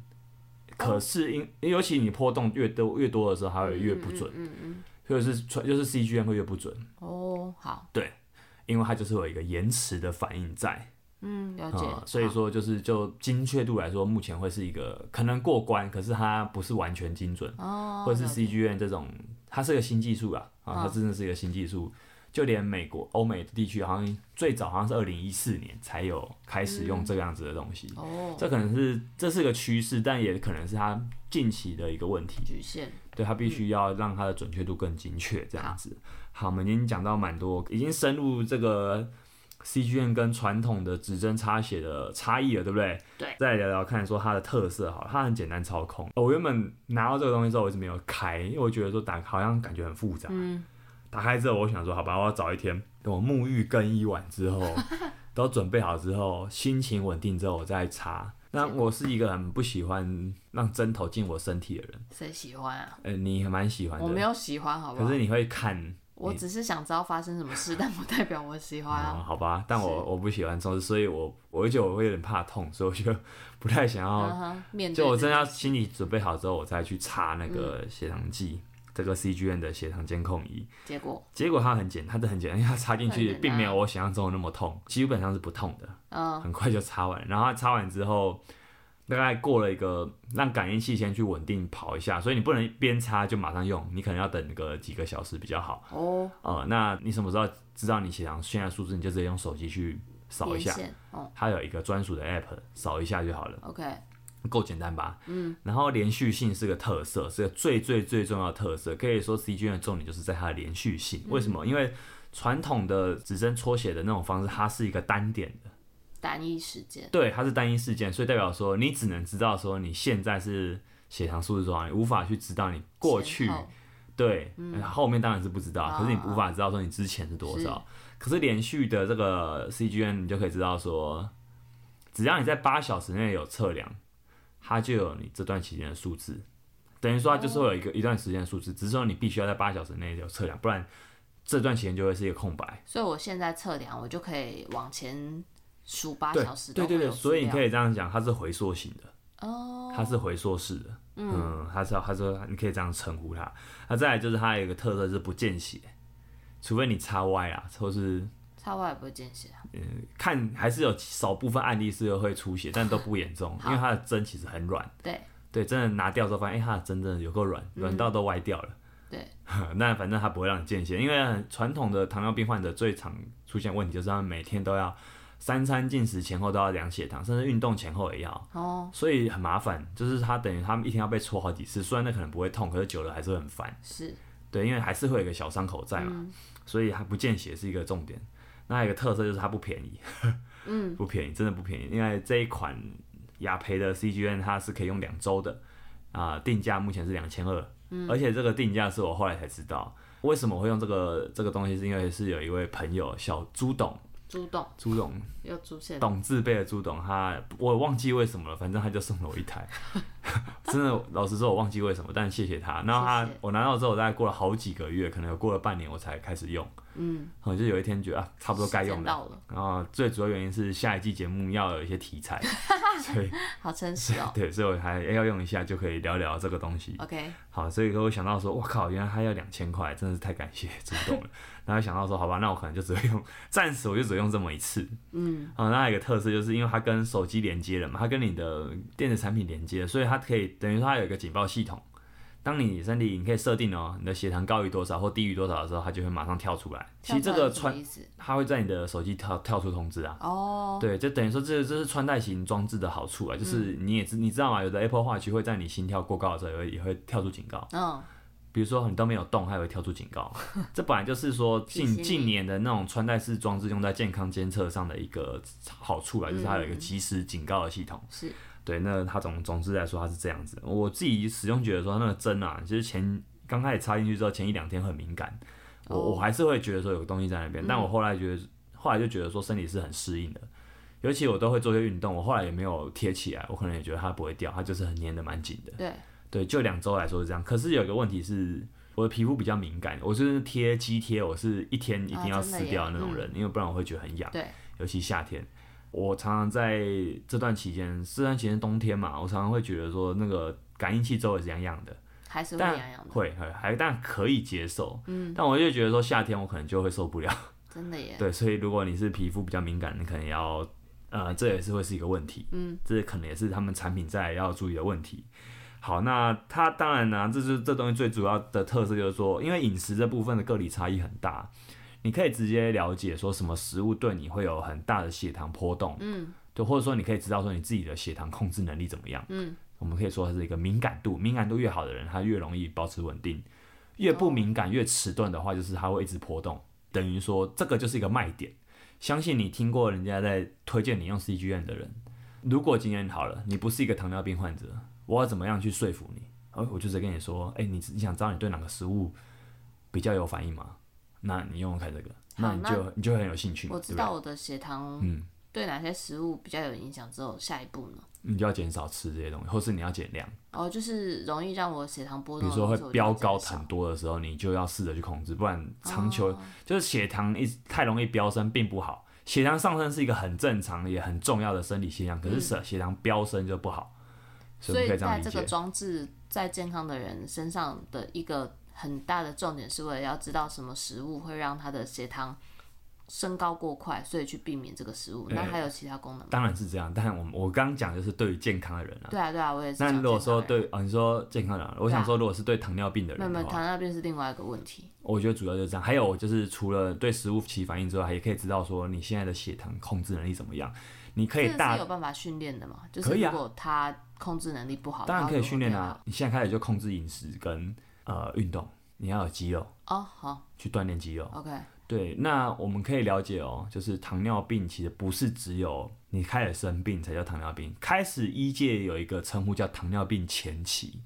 S1: 可是因尤其你波动越多越多的时候，它会越不准，
S2: 嗯嗯嗯
S1: 所以是传就是 CGM 会越不准，
S2: 嗯哦，好，
S1: 因为它就是有一个延迟的反应在
S2: 嗯，了
S1: 啊、
S2: 解，
S1: 所以
S2: 好
S1: 说就是就精确度来说，目前会是一个可能过关，可是它不是完全精准，
S2: 哦，
S1: 或者
S2: 了
S1: 是
S2: 解
S1: CGM 这种，它是个新技术啊，啊，它
S2: 嗯
S1: 真的是一个新技术。就连美国、欧美地区，好像最早好像是二零一四年才有开始用这个样子的东西。
S2: 哦，
S1: 这可能是这是个趋势，但也可能是它近期的一个问题。
S2: 局限
S1: 对，它必须要让它的准确度更精确，这样子。好，我们已经讲到蛮多，已经深入这个 CGN 跟传统的指针插血的差异了，对不对？
S2: 对
S1: 再聊聊看说它的特色好了，它很简单操控。哦我原本拿到这个东西之后，我一直没有开，因为我觉得说打好像感觉很复杂。
S2: 嗯
S1: 打开之后，我想说，好吧，我要找一天，等我沐浴更衣完之 后，都准备好之后，心情稳定之后，我再擦。那我是一个很不喜欢让针头进我身体的人，
S2: 谁喜欢啊？
S1: 呃，你还蛮喜欢的。
S2: 我没有喜欢，好不
S1: 可
S2: 好
S1: 是？你会看，
S2: 我只是想知道发生什么事， 但不代表我喜欢
S1: 嗯，
S2: 啊。
S1: 好吧？但我
S2: 是
S1: 我不喜欢中，所以我我就我会有点怕痛，所以我就 不太想要。
S2: 嗯哼，面对
S1: 啊就我
S2: 这
S1: 真的
S2: 件
S1: 要心理准备好之后，我再去插那个血糖计，
S2: 嗯
S1: 这个 CGN 的血糖监控仪。
S2: 结果，
S1: 结果它很简，它的很简单，因为它插进
S2: 很
S1: 去
S2: 简单啊
S1: 并没有我想象中的那么痛，基本上是不痛的，
S2: 嗯，
S1: 很快就插完。然后它插完之后，大概过了一个让感应器先去稳定跑一下，所以你不能边插就马上用，你可能要等个几个小时比较好。
S2: 哦，
S1: 呃，那你什么时候知道你血糖现在数字，你就直接用手机去扫一
S2: 连
S1: 下，
S2: 线，哦
S1: 它有一个专属的 app，扫一下就好了，
S2: ，OK，
S1: 够简单吧？嗯。然后连续性是个特色，是个最最最重要的特色，可以说 CGN 的重点就是在它的连续性。为什
S2: 嗯
S1: 么？因为传统的指针搓血的那种方式，它是一个单点的，
S2: 单一时间，
S1: 对，它是单一事件，所以代表说你只能知道说你现在是血糖数字多少，你无法去知道你过去
S2: 前后
S1: 对，
S2: 嗯
S1: 呃后面当然是不知道，
S2: 啊
S1: 可是你无法知道说你之前是多
S2: 哦
S1: 少。可是连续的这个 CGN，你就可以知道说，只要你在八小时内有测量，它就有你这段期间的数字。等于说，它就是会有一个、一段时间的数字，只是说你必须要在八小时内有测量，不然这段期间就会是一个空白。
S2: 所以我现在测量，我就可以往前数八
S1: 对
S2: 小时，
S1: 对对对，所以你可
S2: 以，
S1: 以这样讲，它是回溯型的。
S2: 哦，
S1: 它是回缩式的，嗯，它是它说你可以这样称呼它。那再来就是它有一个特色是不见血，除非你插歪啊，或是
S2: 插外也不会见血啊，
S1: 看还是有少部分案例是会出血，但都不严重，因为它的针其实很软，
S2: 对
S1: 对，真的拿掉之后发现，哎、它的针真的有够软，软到都歪掉了。
S2: 嗯对，
S1: 那反正它不会让你见血，因为很传统的糖尿病患者最常出现问题就是他们每天都要三餐进食前后都要量血糖，甚至运动前后也要。
S2: 哦，
S1: 所以很麻烦，就是他等于他们一天要被戳好几次，虽然那可能不会痛，可是久了还是会很烦。
S2: 是，
S1: 对，因为还是会有一个小伤口在
S2: 嗯
S1: 嘛，所以它不见血是一个重点。那还有一个特色就是它不便宜，
S2: 嗯，
S1: 不便宜，真的不便宜。因为这一款雅培的 CGN 它是可以用两周的，啊、定价目前是两千二，而且这个定价是我后来才知道。为什么我会用这个这个东西？是因为是有一位朋友小朱董，
S2: 猪洞
S1: 朱董
S2: 又出现了，
S1: 懂字辈的朱董，他我忘记为什么了，反正他就送了我一台。 真的，老实说，我忘记为什么，但谢谢他。然后他
S2: 谢谢
S1: 我拿到之后，大概过了好几个月，可能有过了半年，我才开始用。
S2: 嗯，
S1: 我就有一天觉得啊，差不多该用
S2: 时间
S1: 了。
S2: 到了，
S1: 然后最主要原因是下一季节目要有一些题材，所以。
S2: 好真实哦
S1: 对，所以我还要用一下就可以聊聊这个东西。
S2: OK，
S1: 好，所以说我想到说，我靠，原来他要两千块，真的是太感谢主动了。然后想到说，好吧，那我可能就只会用，暂时我就只会用这么一次。嗯，好，那还有一个特色就是因为它跟手机连接了嘛，它跟你的电子产品连接，所以它可以等于说它有一个警报系统。当你身体你可以设定哦，你的血糖高于多少或低于多少的时候，它就会马上跳出来。其实这个
S2: 跳出
S1: 穿
S2: 来是什么意思
S1: 它会在你的手机跳跳出通知啊。
S2: 哦，
S1: 对，就等于说这这是穿戴型装置的好处啊，就是
S2: 嗯
S1: 你也知你知道吗？有的 Apple Watch 会在你心跳过高的时候也会也会跳出警告，
S2: 嗯，
S1: 比如说你都没有动，它也会跳出警 告。这本来就是说
S2: 提
S1: 近
S2: 醒
S1: 近
S2: 你
S1: 年的那种穿戴式装置用在健康监测上的一个好处啊，就是它有一
S2: 嗯
S1: 个及时警告的系统。
S2: 是
S1: 对，那它总总之来说它是这样子。我自己使用觉得说它那个针啊，其实前刚开始插进去之后前一两天很敏感，我、
S2: 哦嗯
S1: 我还是会觉得说有个东西在那边，但我后来觉得后来就觉得说身体是很适应的。尤其我都会做一些运动，我后来也没有贴起来，我可能也觉得它不会掉，它就是很粘的蛮紧的。
S2: 对，
S1: 对，就两周来说是这样。可是有一个问题是，我的皮肤比较敏感，我就是贴肌贴，我是一天一定要
S2: 啊真的
S1: 撕掉的那种
S2: 耶
S1: 人，因为不然我会觉得很痒。
S2: 对，
S1: 尤其夏天，我常常在这段期间，这段期间冬天嘛，我常常会觉得说那个感应器周围是痒痒的，
S2: 还是会
S1: 但
S2: 痒痒的，
S1: 会会还但可以接受。嗯，但我就觉得说夏天我可能就会受不了。
S2: 真的耶。
S1: 对，所以如果你是皮肤比较敏感，你可能也要，呃，这也是会是一个问题。
S2: 嗯，
S1: 这可能也是他们产品在要注意的问题。好，那它当然呢、这是这东西最主要的特色，就是说，因为饮食这部分的个体差异很大，你可以直接了解说什么食物对你会有很大的血糖波动，
S2: 嗯，
S1: 对，或者说你可以知道说你自己的血糖控制能力怎么样。
S2: 嗯，
S1: 我们可以说它是一个敏感度，敏感度越好的人，他越容易保持稳定；越
S2: 哦
S1: 不敏感、越迟钝的话，就是他会一直波动。等于说这个就是一个卖点。相信你听过人家在推荐你用 CGM 的人，如果今天好了，你不是一个糖尿病患者，我要怎么样去说服你？哦，我就直接跟你说，哎、你你想知道你对哪个食物比较有反应吗？那你用用看这个，那
S2: 好
S1: 你就你就会很有兴趣嘛，
S2: 我
S1: 对
S2: 知
S1: 不对啊
S2: 道？我的血糖
S1: 嗯
S2: 对哪些食物比较有影响之后，下一步呢？
S1: 你就要减少吃这些东西，或是你要减量。
S2: 哦，就是容易让我血糖波
S1: 比如
S2: 动的
S1: 说
S2: 东西，
S1: 会
S2: 我就
S1: 飙
S2: 要减
S1: 高
S2: 少
S1: 很多的时候，你就要试着去控制，不然长久、
S2: 哦
S1: 就是血糖一直太容易飙升并不好。血糖上升是一个很正常也很重要的生理现象，可是血血糖飙升就不好，所以我们
S2: 嗯所
S1: 可
S2: 以
S1: 以这样
S2: 在
S1: 理
S2: 这
S1: 解。
S2: 个装置在健康的人身上的一个很大的重点，是为了要知道什么食物会让他的血糖升高过快，所以去避免这个食物。
S1: 对
S2: 那还有其他功能吗？
S1: 当然是这样，但我们我刚讲就是对于健康的人啊。
S2: 对啊，对啊，我也是讲
S1: 那
S2: 健康
S1: 如
S2: 人。啊
S1: 果说对啊、你说健康的人，我想说如果是对糖尿病的
S2: 没有，
S1: 人
S2: 没
S1: 的
S2: 有
S1: 话，
S2: 糖尿病是另外一个问题。
S1: 我觉得主要就是这样。还有就是除了对食物起反应之外，也可以知道说你现在的血糖控制能力怎么样，你可
S2: 这
S1: 以
S2: 个
S1: 大
S2: 是有办法训练的嘛？就
S1: 可
S2: 是
S1: 以
S2: 如
S1: 啊
S2: 果他控制能力不好，
S1: 当然
S2: 他
S1: 可以
S2: 如何
S1: 训练
S2: 变
S1: 啊！你现在开始就控制饮食跟呃运动，你要有肌肉
S2: 好。哦，好
S1: 去锻炼肌肉。
S2: ，OK，
S1: 对，那我们可以了解哦，就是糖尿病其实不是只有你开始生病才叫糖尿病，开始医界有一个称呼叫糖尿病前期。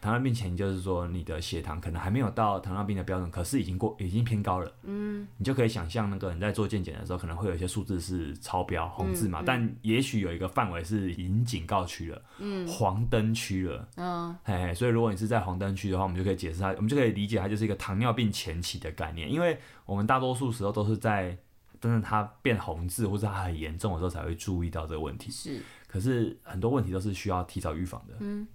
S1: 糖尿病前期就是说你的血糖可能还没有到糖尿病的标准，可是已经过已经偏高了。嗯，你就可以想象那个你在做健检的时候，可能会有一些数字是超标红字
S2: 嗯
S1: 嘛，但也许有一个范围是已经警告区了，嗯，黄灯区了。
S2: 嗯，
S1: 嘿嘿，所以如果你是在黄灯区的话，我们就可以解释它，我们就可以理解它就是一个糖尿病前期的概念，因为我们大多数时候都是在真的它变红字或者它很严重的时候才会注意到这个问题，
S2: 是
S1: 可是很多问题都是需要提早预防的。嗯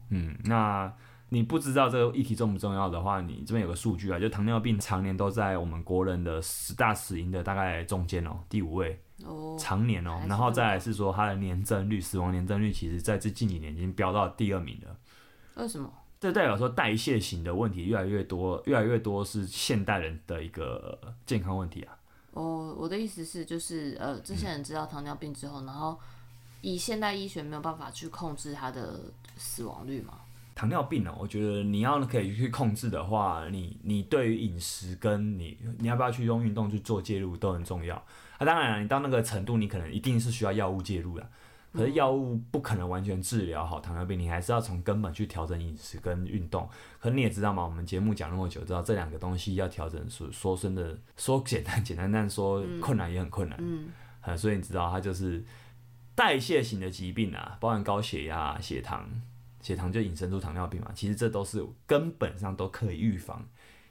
S1: 那你不知道这个议题重不重要的话，你这边有个数据啊，就糖尿病常年都在我们国人的十大死因的大概中间哦，第五位。
S2: 哦，
S1: 常年哦、
S2: 还是
S1: 然后再来是说它的年增率，死亡年增率其实在这近几年已经飙到第二名了。
S2: 为什么？
S1: 这代表说代谢型的问题越来越多，越来越多是现代人的一个呃健康问题啊。
S2: 哦，我的意思是，就是呃，这些人知道糖尿病之后，然后以现代医学没有办法去控制它的死亡率嘛？
S1: 糖尿病呢、哦我觉得你要可以去控制的话，你你对于饮食跟你你要不要去用运动去做介入都很重要。啊，当然、你到那个程度，你可能一定是需要药物介入的。啊可是药物不可能完全治疗好糖尿病，你还是要从根本去调整饮食跟运动。可你也知道嘛，我们节目讲那么久，知道这两个东西要调整，说说真的，说简单简单，但说困难也很困难。
S2: 嗯，
S1: 呃，所以你知道它就是代谢型的疾病啊，包含高血压、血糖，血糖就引申出糖尿病嘛。其实这都是根本上都可以预防，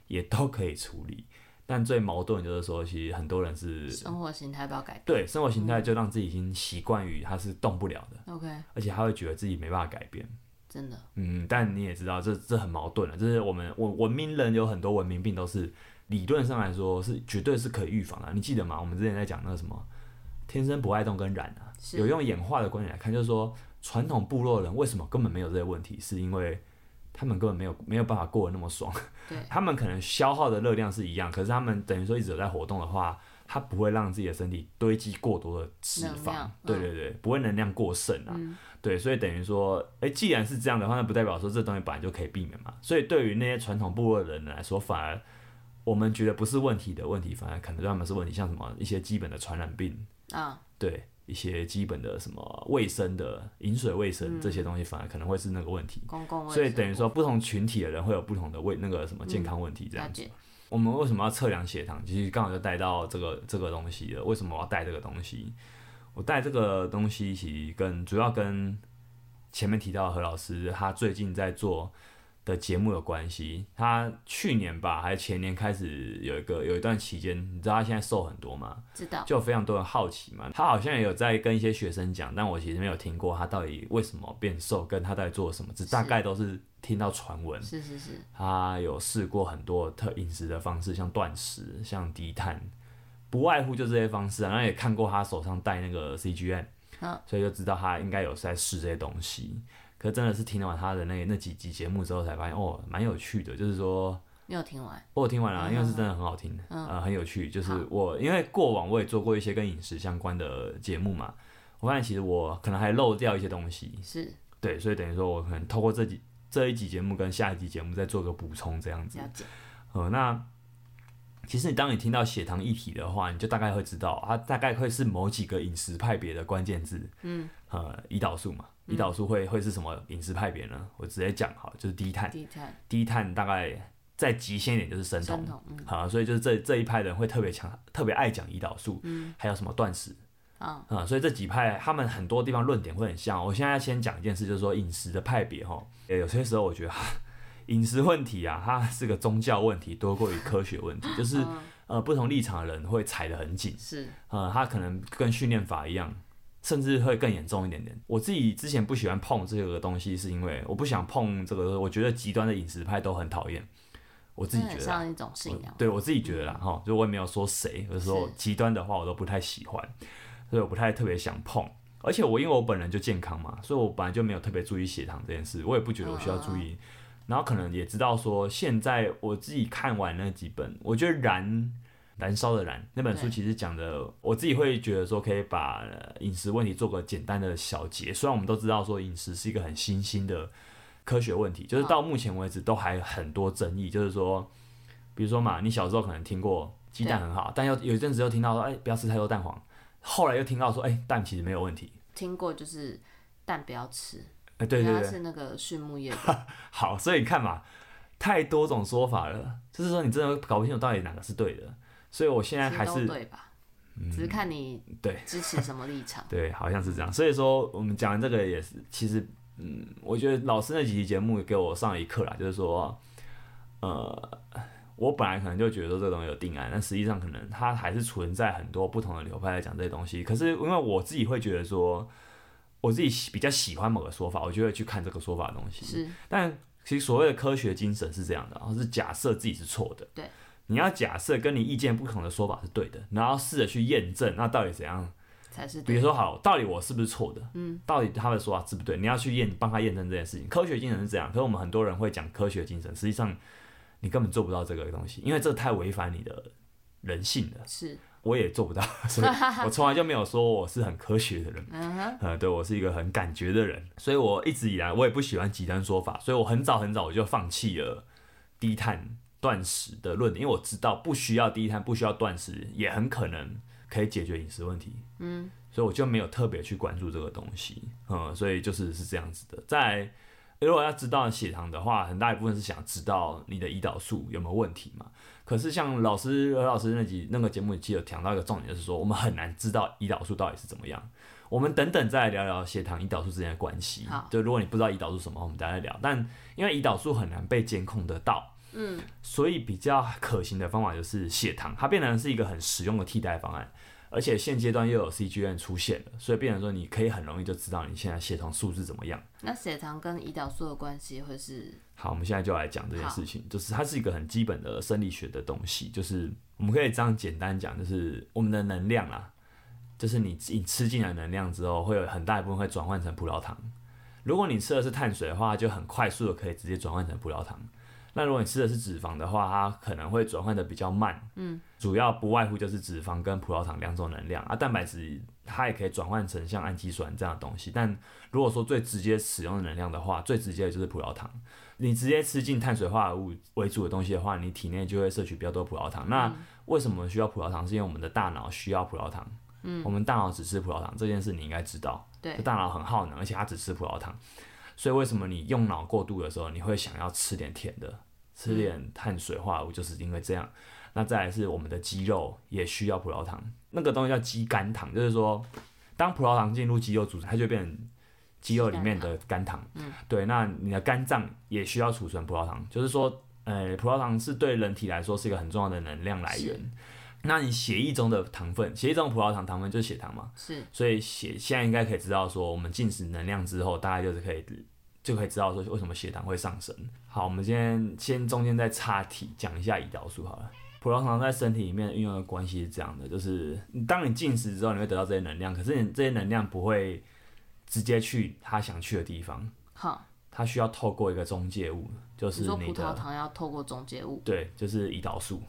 S1: 也都可以处理。但最矛盾就是说，其实很多人是
S2: 生活形态不要改变。
S1: 对生活形态就让自己已经习惯于它是动不了的，
S2: OK，
S1: 而且他会觉得自己没办法改变。
S2: 真的，
S1: 嗯，但你也知道，这这很矛盾了。啊就是我们文文明人有很多文明病都是理论上来说是绝对是可以预防的。你记得吗？我们之前在讲那个什么天生不爱动跟染啊，
S2: 是
S1: 有用演化的观点来看，就是说传统部落人为什么根本没有这些问题，是因为他们根本没有没有办法过得那么爽。
S2: 对，
S1: 他们可能消耗的热量是一样，可是他们等于说一直有在活动的话，它不会让自己的身体堆积过多的脂
S2: 能
S1: 肪
S2: 量。
S1: 对
S2: 嗯
S1: 对对，不会能量过剩啊。
S2: 嗯，
S1: 对，所以等于说，哎、既然是这样的话，那不代表说这东西本来就可以避免嘛。所以对于那些传统部落的人来说，反而我们觉得不是问题的问题，反而可能对他们是问题，像什么一些基本的传染病，
S2: 啊，
S1: 对一些基本的什么卫生的饮水卫生、这些东西，反而可能会是那个问题。
S2: 公共卫
S1: 所
S2: 生，
S1: 以等于说，不同群体的人会有不同的卫那个什么健康问题这
S2: 了
S1: 样子。
S2: 解，
S1: 我们为什么要测量血糖？其实刚好就带到这个这个东西了。为什么我要带这个东西？我带这个东西其实跟主要跟前面提到的何老师他最近在做的节目有关系。他去年吧，还是前年开始有一个有一段期间，你知道他现在瘦很多吗？
S2: 知道，
S1: 就有非常多人好奇嘛。他好像也有在跟一些学生讲，但我其实没有听过他到底为什么变瘦，跟他到底做了什么，只大
S2: 是
S1: 概都是听到传闻。
S2: 是是是，
S1: 他有试过很多特饮食的方式，像断食、像低碳，不外乎就这些方式啊。然后也看过他手上戴那个 CGM，
S2: 好，
S1: 所以就知道他应该有在试这些东西。可真的是听完他的那那几集节目之后，才发现哦，蛮有趣的。就是说
S2: 你有听完？
S1: 我有听完了、
S2: 嗯
S1: 因为是真的很好听，
S2: 嗯
S1: 呃，很有趣。就是
S2: 好
S1: 我因为过往我也做过一些跟饮食相关的节目嘛，我发现其实我可能还漏掉一些东西，
S2: 是
S1: 对，所以等于说我可能透过这几这一集节目跟下一集节目再做个补充这样子
S2: 了。解，
S1: 呃，那其实你当你听到血糖议题的话，你就大概会知道，它大概会是某几个饮食派别的关键字。
S2: 嗯，
S1: 呃，胰岛素嘛，胰岛素会会是什么饮食派别呢？我直接讲好了，就是低碳。
S2: 低碳、
S1: 低碳大概再极限一点就是生
S2: 生
S1: 酮。
S2: 酮，嗯，
S1: 好、所以就是这这一派的人会特别强，特别爱讲胰岛素，嗯，还有什么断食，
S2: 啊，
S1: 啊、所以这几派他们很多地方论点会很像。我现在先讲一件事，就是说饮食的派别哈，呃，有些时候我觉得 哈饮食问题啊，它是个宗教问题多过于科学问题，就是、
S2: 嗯
S1: 呃不同立场的人会踩得很紧，
S2: 是
S1: 呃，他可能跟训练法一样。甚至会更严重一点点。我自己之前不喜欢碰这个东西，是因为我不想碰这个，我觉得极端的饮食派都很讨厌。我自
S2: 这
S1: 己觉
S2: 很
S1: 得啊
S2: 像一种信仰，
S1: 对我自己觉得啦，哈，就我也没有说谁，有时候
S2: 是
S1: 极端的话我都不太喜欢，所以我不太特别想碰。而且我因为我本人就健康嘛，所以我本来就没有特别注意血糖这件事，我也不觉得我需要注
S2: 嗯
S1: 意。然后可能也知道说，现在我自己看完那几本，我觉得燃。燃烧的燃那本书
S2: 对
S1: 其实讲的，我自己会觉得说可以把呃饮食问题做个简单的小结。虽然我们都知道说饮食是一个很新兴的科学问题，就是到目前为止都还很多争议，就是说，比如说嘛，你小时候可能听过鸡蛋很好，但又有一阵子又听到说，哎、不要吃太多蛋黄，后来又听到说，哎、蛋其实没有问题，
S2: 听过就是蛋不要吃，
S1: 哎、对对
S2: 它
S1: 对，
S2: 是那个畜牧业的，
S1: 好，所以你看嘛，太多种说法了，就是说你真的搞不清楚到底哪个是对的，所以我 现在
S2: 其
S1: 还
S2: 实都
S1: 是嗯
S2: 对吧？只是看你
S1: 对，
S2: 支持什么立场
S1: 对，好像是这样。所以说，我们讲完这个也是，其实，嗯，我觉得老师那几期节目给我上了一课啦，就是说，呃，我本来可能就觉得说这个东西有定案，但实际上可能它还是存在很多不同的流派来讲这些东西。可是因为我自己会觉得说，我自己喜比较喜欢某个说法，我就会去看这个说法的东西。
S2: 是
S1: 但其实所谓的科学精神是这样的，然后是假设自己是错的。
S2: 对，
S1: 你要假设跟你意见不同的说法是对的，然后试着去验证，那到底怎样
S2: 才是
S1: 比
S2: 对
S1: 如
S2: 的，
S1: 说，好，到底我是不是错的？嗯，到底他的说法是不对？你要去验，帮他验证这件事情。科学精神是这样，可是我们很多人会讲科学精神，实际上你根本做不到这个东西，因为这太违反你的人性了。
S2: 是
S1: 我也做不到， 所以我从来就没有说我是很科学的人。
S2: 嗯哼，
S1: 呃，对我是一个很感觉的人，所以我一直以来我也不喜欢极端说法，所以我很早很早我就放弃了低碳断食的论点，因为我知道不需要低碳，不需要断食，也很可能可以解决饮食问题。嗯，所以我就没有特别去关注这个东西。嗯，所以就是是这样子的。在如果要知道血糖的话，很大一部分是想知道你的胰岛素有没有问题嘛。可是像老师何老师那集那个节目，其实有讲到一个重点，就是说我们很难知道胰岛素到底是怎么样。我们等等再来聊聊血糖、胰岛素之间的关系
S2: 好。
S1: 就如果你不知道胰岛素什么，我们等下再聊。但因为胰岛素很难被监控得到，嗯，所以比较可行的方法就是血糖，它变成是一个很实用的替代方案。而且现阶段又有 CGM 出现了，所以变成说你可以很容易就知道你现在血糖数字怎么样。
S2: 那血糖跟胰岛素的关系会是
S1: 好，我们现在就来讲这件事情，就是它是一个很基本的生理学的东西，就是我们可以这样简单讲，就是我们的能量啦，就是你你吃进来的能量之后，会有很大一部分会转换成葡萄糖。如果你吃的是碳水的话，就很快速的可以直接转换成葡萄糖。那如果你吃的是脂肪的话，它可能会转换的比较慢。嗯，主要不外乎就是脂肪跟葡萄糖两种能量啊。蛋白质它也可以转换成像氨基酸这样的东西，但如果说最直接使用的能量的话，最直接的就是葡萄糖。你直接吃进碳水化合物为主的东西的话，你体内就会摄取比较多葡萄糖。那为什么需要葡萄糖？是因为我们的大脑需要葡萄糖。嗯，我们大脑只吃葡萄糖这件事你应该知道，
S2: 对
S1: 就大脑很耗能，而且它只吃葡萄糖。所以为什么你用脑过度的时候，你会想要吃点甜的，吃点碳水化合物，就是因为这样。那再来是我们的肌肉也需要葡萄糖，那个东西叫肌酐糖，就是说，当葡萄糖进入肌肉组织，它就变成肌肉里面的肝糖。嗯，对，那你的肝脏也需要储存葡萄糖，就是说，呃，葡萄糖是对人体来说是一个很重要的能量来源。那你血液中的糖分，血液中的葡萄糖糖分就是血糖嘛，
S2: 是
S1: 所以血现在应该可以知道说，我们进食能量之后，大概就是可以就可以知道说为什么血糖会上升。好，我们今天先中间再岔题讲一下胰岛素好了。葡萄糖在身体里面运用的关系是这样的，就是你当你进食之后，你会得到这些能量，可是你这些能量不会直接去它想去的地方，
S2: 好。
S1: 它需要透过一个中介物，就是
S2: 你说
S1: 你
S2: 葡萄
S1: 的
S2: 糖要透过中介物
S1: 对，就是胰岛素。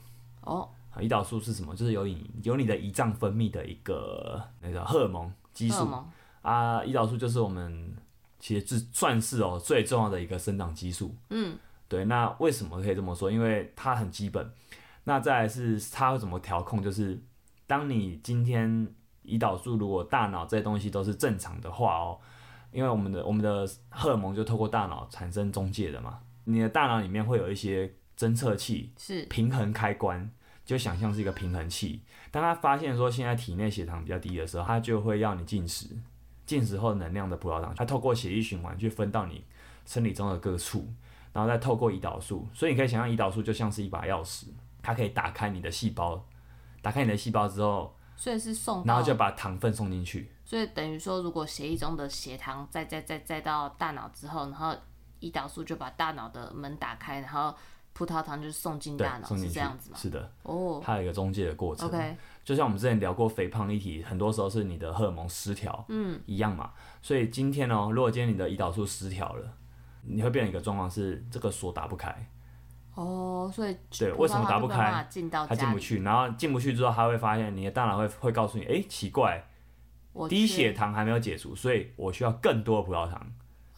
S2: 哦，
S1: 啊胰岛素是什么？就是由你由你的胰脏分泌的一个那个荷尔蒙激
S2: 荷尔
S1: 素，
S2: 蒙
S1: 啊，胰岛素就是我们其实是算是哦最重要的一个生长激素。嗯，对。那为什么可以这么说？因为它很基本。那再来是它会怎么调控？就是当你今天胰岛素如果大脑这些东西都是正常的话哦，因为我们的我们的荷尔蒙就透过大脑产生中介的嘛，你的大脑里面会有一些侦测器，
S2: 是
S1: 平衡开关，就想象是一个平衡器。当他发现说现在体内血糖比较低的时候，他就会要你进食，进食后能量的葡萄糖，它透过血液循环去分到你身体中的各处，然后再透过胰岛素，所以你可以想象胰岛素就像是一把钥匙，它可以打开你的细胞，打开你的细胞之后，
S2: 所以是送
S1: 然
S2: 到
S1: 后就把糖分送进去。
S2: 所以等于说，如果血液中的血糖再再再再到大脑之后，然后胰岛素就把大脑的门打开，然后葡萄糖就送进
S1: 对
S2: 大，脑，
S1: 送进
S2: 是
S1: 去
S2: 这样子吗？
S1: 是的，
S2: 哦
S1: 它有一个中介的过程。
S2: ，OK，
S1: 就像我们之前聊过肥胖议题，很多时候是你的荷尔蒙失调，嗯，一样嘛。所以今天哦，如果今天你的胰岛素失调了，你会变成一个状况是这个锁打不开，
S2: 哦，所以
S1: 对
S2: 葡萄
S1: 为什么打不
S2: 糖就没有
S1: 开
S2: 办法进到
S1: 它进
S2: 家
S1: 不
S2: 里，
S1: 去，然后进不去之后，它会发现你的大脑会会告诉你，诶，奇怪，
S2: 我
S1: 低
S2: 缺
S1: 血糖还没有解除，所以我需要更多的葡萄糖。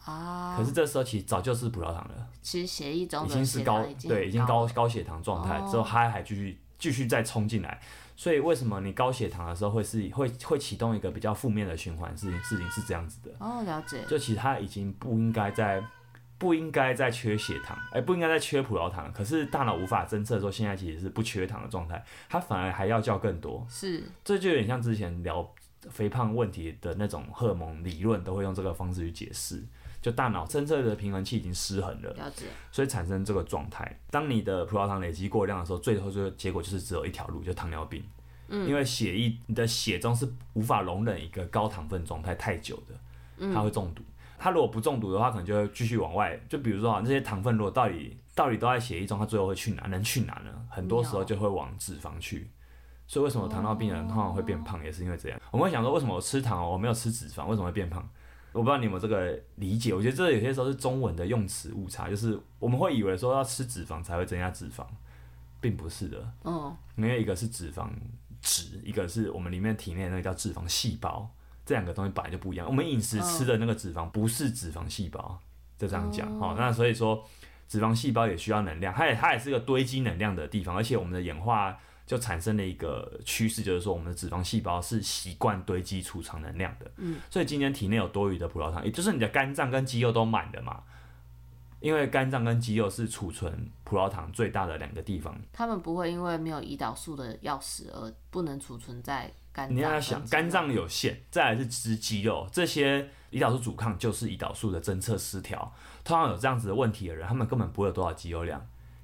S2: 啊
S1: 可，是这时候其实早就是葡萄糖了，
S2: 其实血液中
S1: 已
S2: 的
S1: 经是
S2: 血
S1: 高
S2: 糖已经
S1: 对，已经
S2: 高哦
S1: 高高血糖状态之后，它还继续继续再冲进来。所以为什么你高血糖的时候会是会会启动一个比较负面的循环？事情事情是这样子的。
S2: 哦，了解，
S1: 就其实他已经不应该再不应该再缺血糖，哎、不应该再缺葡萄糖。可是大脑无法侦测说现在其实是不缺糖的状态，它反而还要叫更多。
S2: 是
S1: 这就有点像之前聊肥胖问题的那种荷尔蒙理论，都会用这个方式去解释。就大脑侦测的平衡器已经失衡了，
S2: 了解，
S1: 所以产生这个状态。当你的葡萄糖累积过量的时候，最后就结果就是只有一条路，就糖尿病。嗯，因为血液你的血中是无法容忍一个高糖分状态太久
S2: 嗯
S1: 的，它会中毒。它如果不中毒的话，可能就会继续往外。就比如说啊，这些糖分如果到底到底都在血液中，它最后会去哪？能去哪呢？很多时候就会往脂肪去。所以为什么糖尿病人通常会变胖，也是因为这样。我们会想说，为什么我吃糖哦我没有吃脂肪，为什么会变胖？我不知道你有没有这个理解，我觉得这有些时候是中文的用词误差，就是我们会以为说要吃脂肪才会增加脂肪，并不是的，
S2: 嗯，
S1: 因为一个是脂肪值，一个是我们里面体内的那个叫脂肪细胞，这两个东西本来就不一样。我们饮食吃的那个脂肪不是脂肪细胞，就这样讲哦。那所以说，脂肪细胞也需要能量，它也它也是个堆积能量的地方，而且我们的演化就产生了一个趋势，就是说我们的脂肪细胞是习惯堆积储藏能量的。嗯，所以今天体内有多余的葡萄糖，也就是你的肝脏跟肌肉都满了嘛。因为肝脏跟肌肉是储存葡萄糖最大的两个地方，
S2: 他们不会因为没有胰岛素的钥匙而不能储存在肝
S1: 你
S2: 脏
S1: 要
S2: 跟
S1: 想，
S2: 肌
S1: 肝
S2: 肉
S1: 脏有限，再来是吃肌肉，这些胰岛素阻抗就是胰岛素的侦测失调。通常有这样子的问题的人，他们根本不会有多少肌肉量，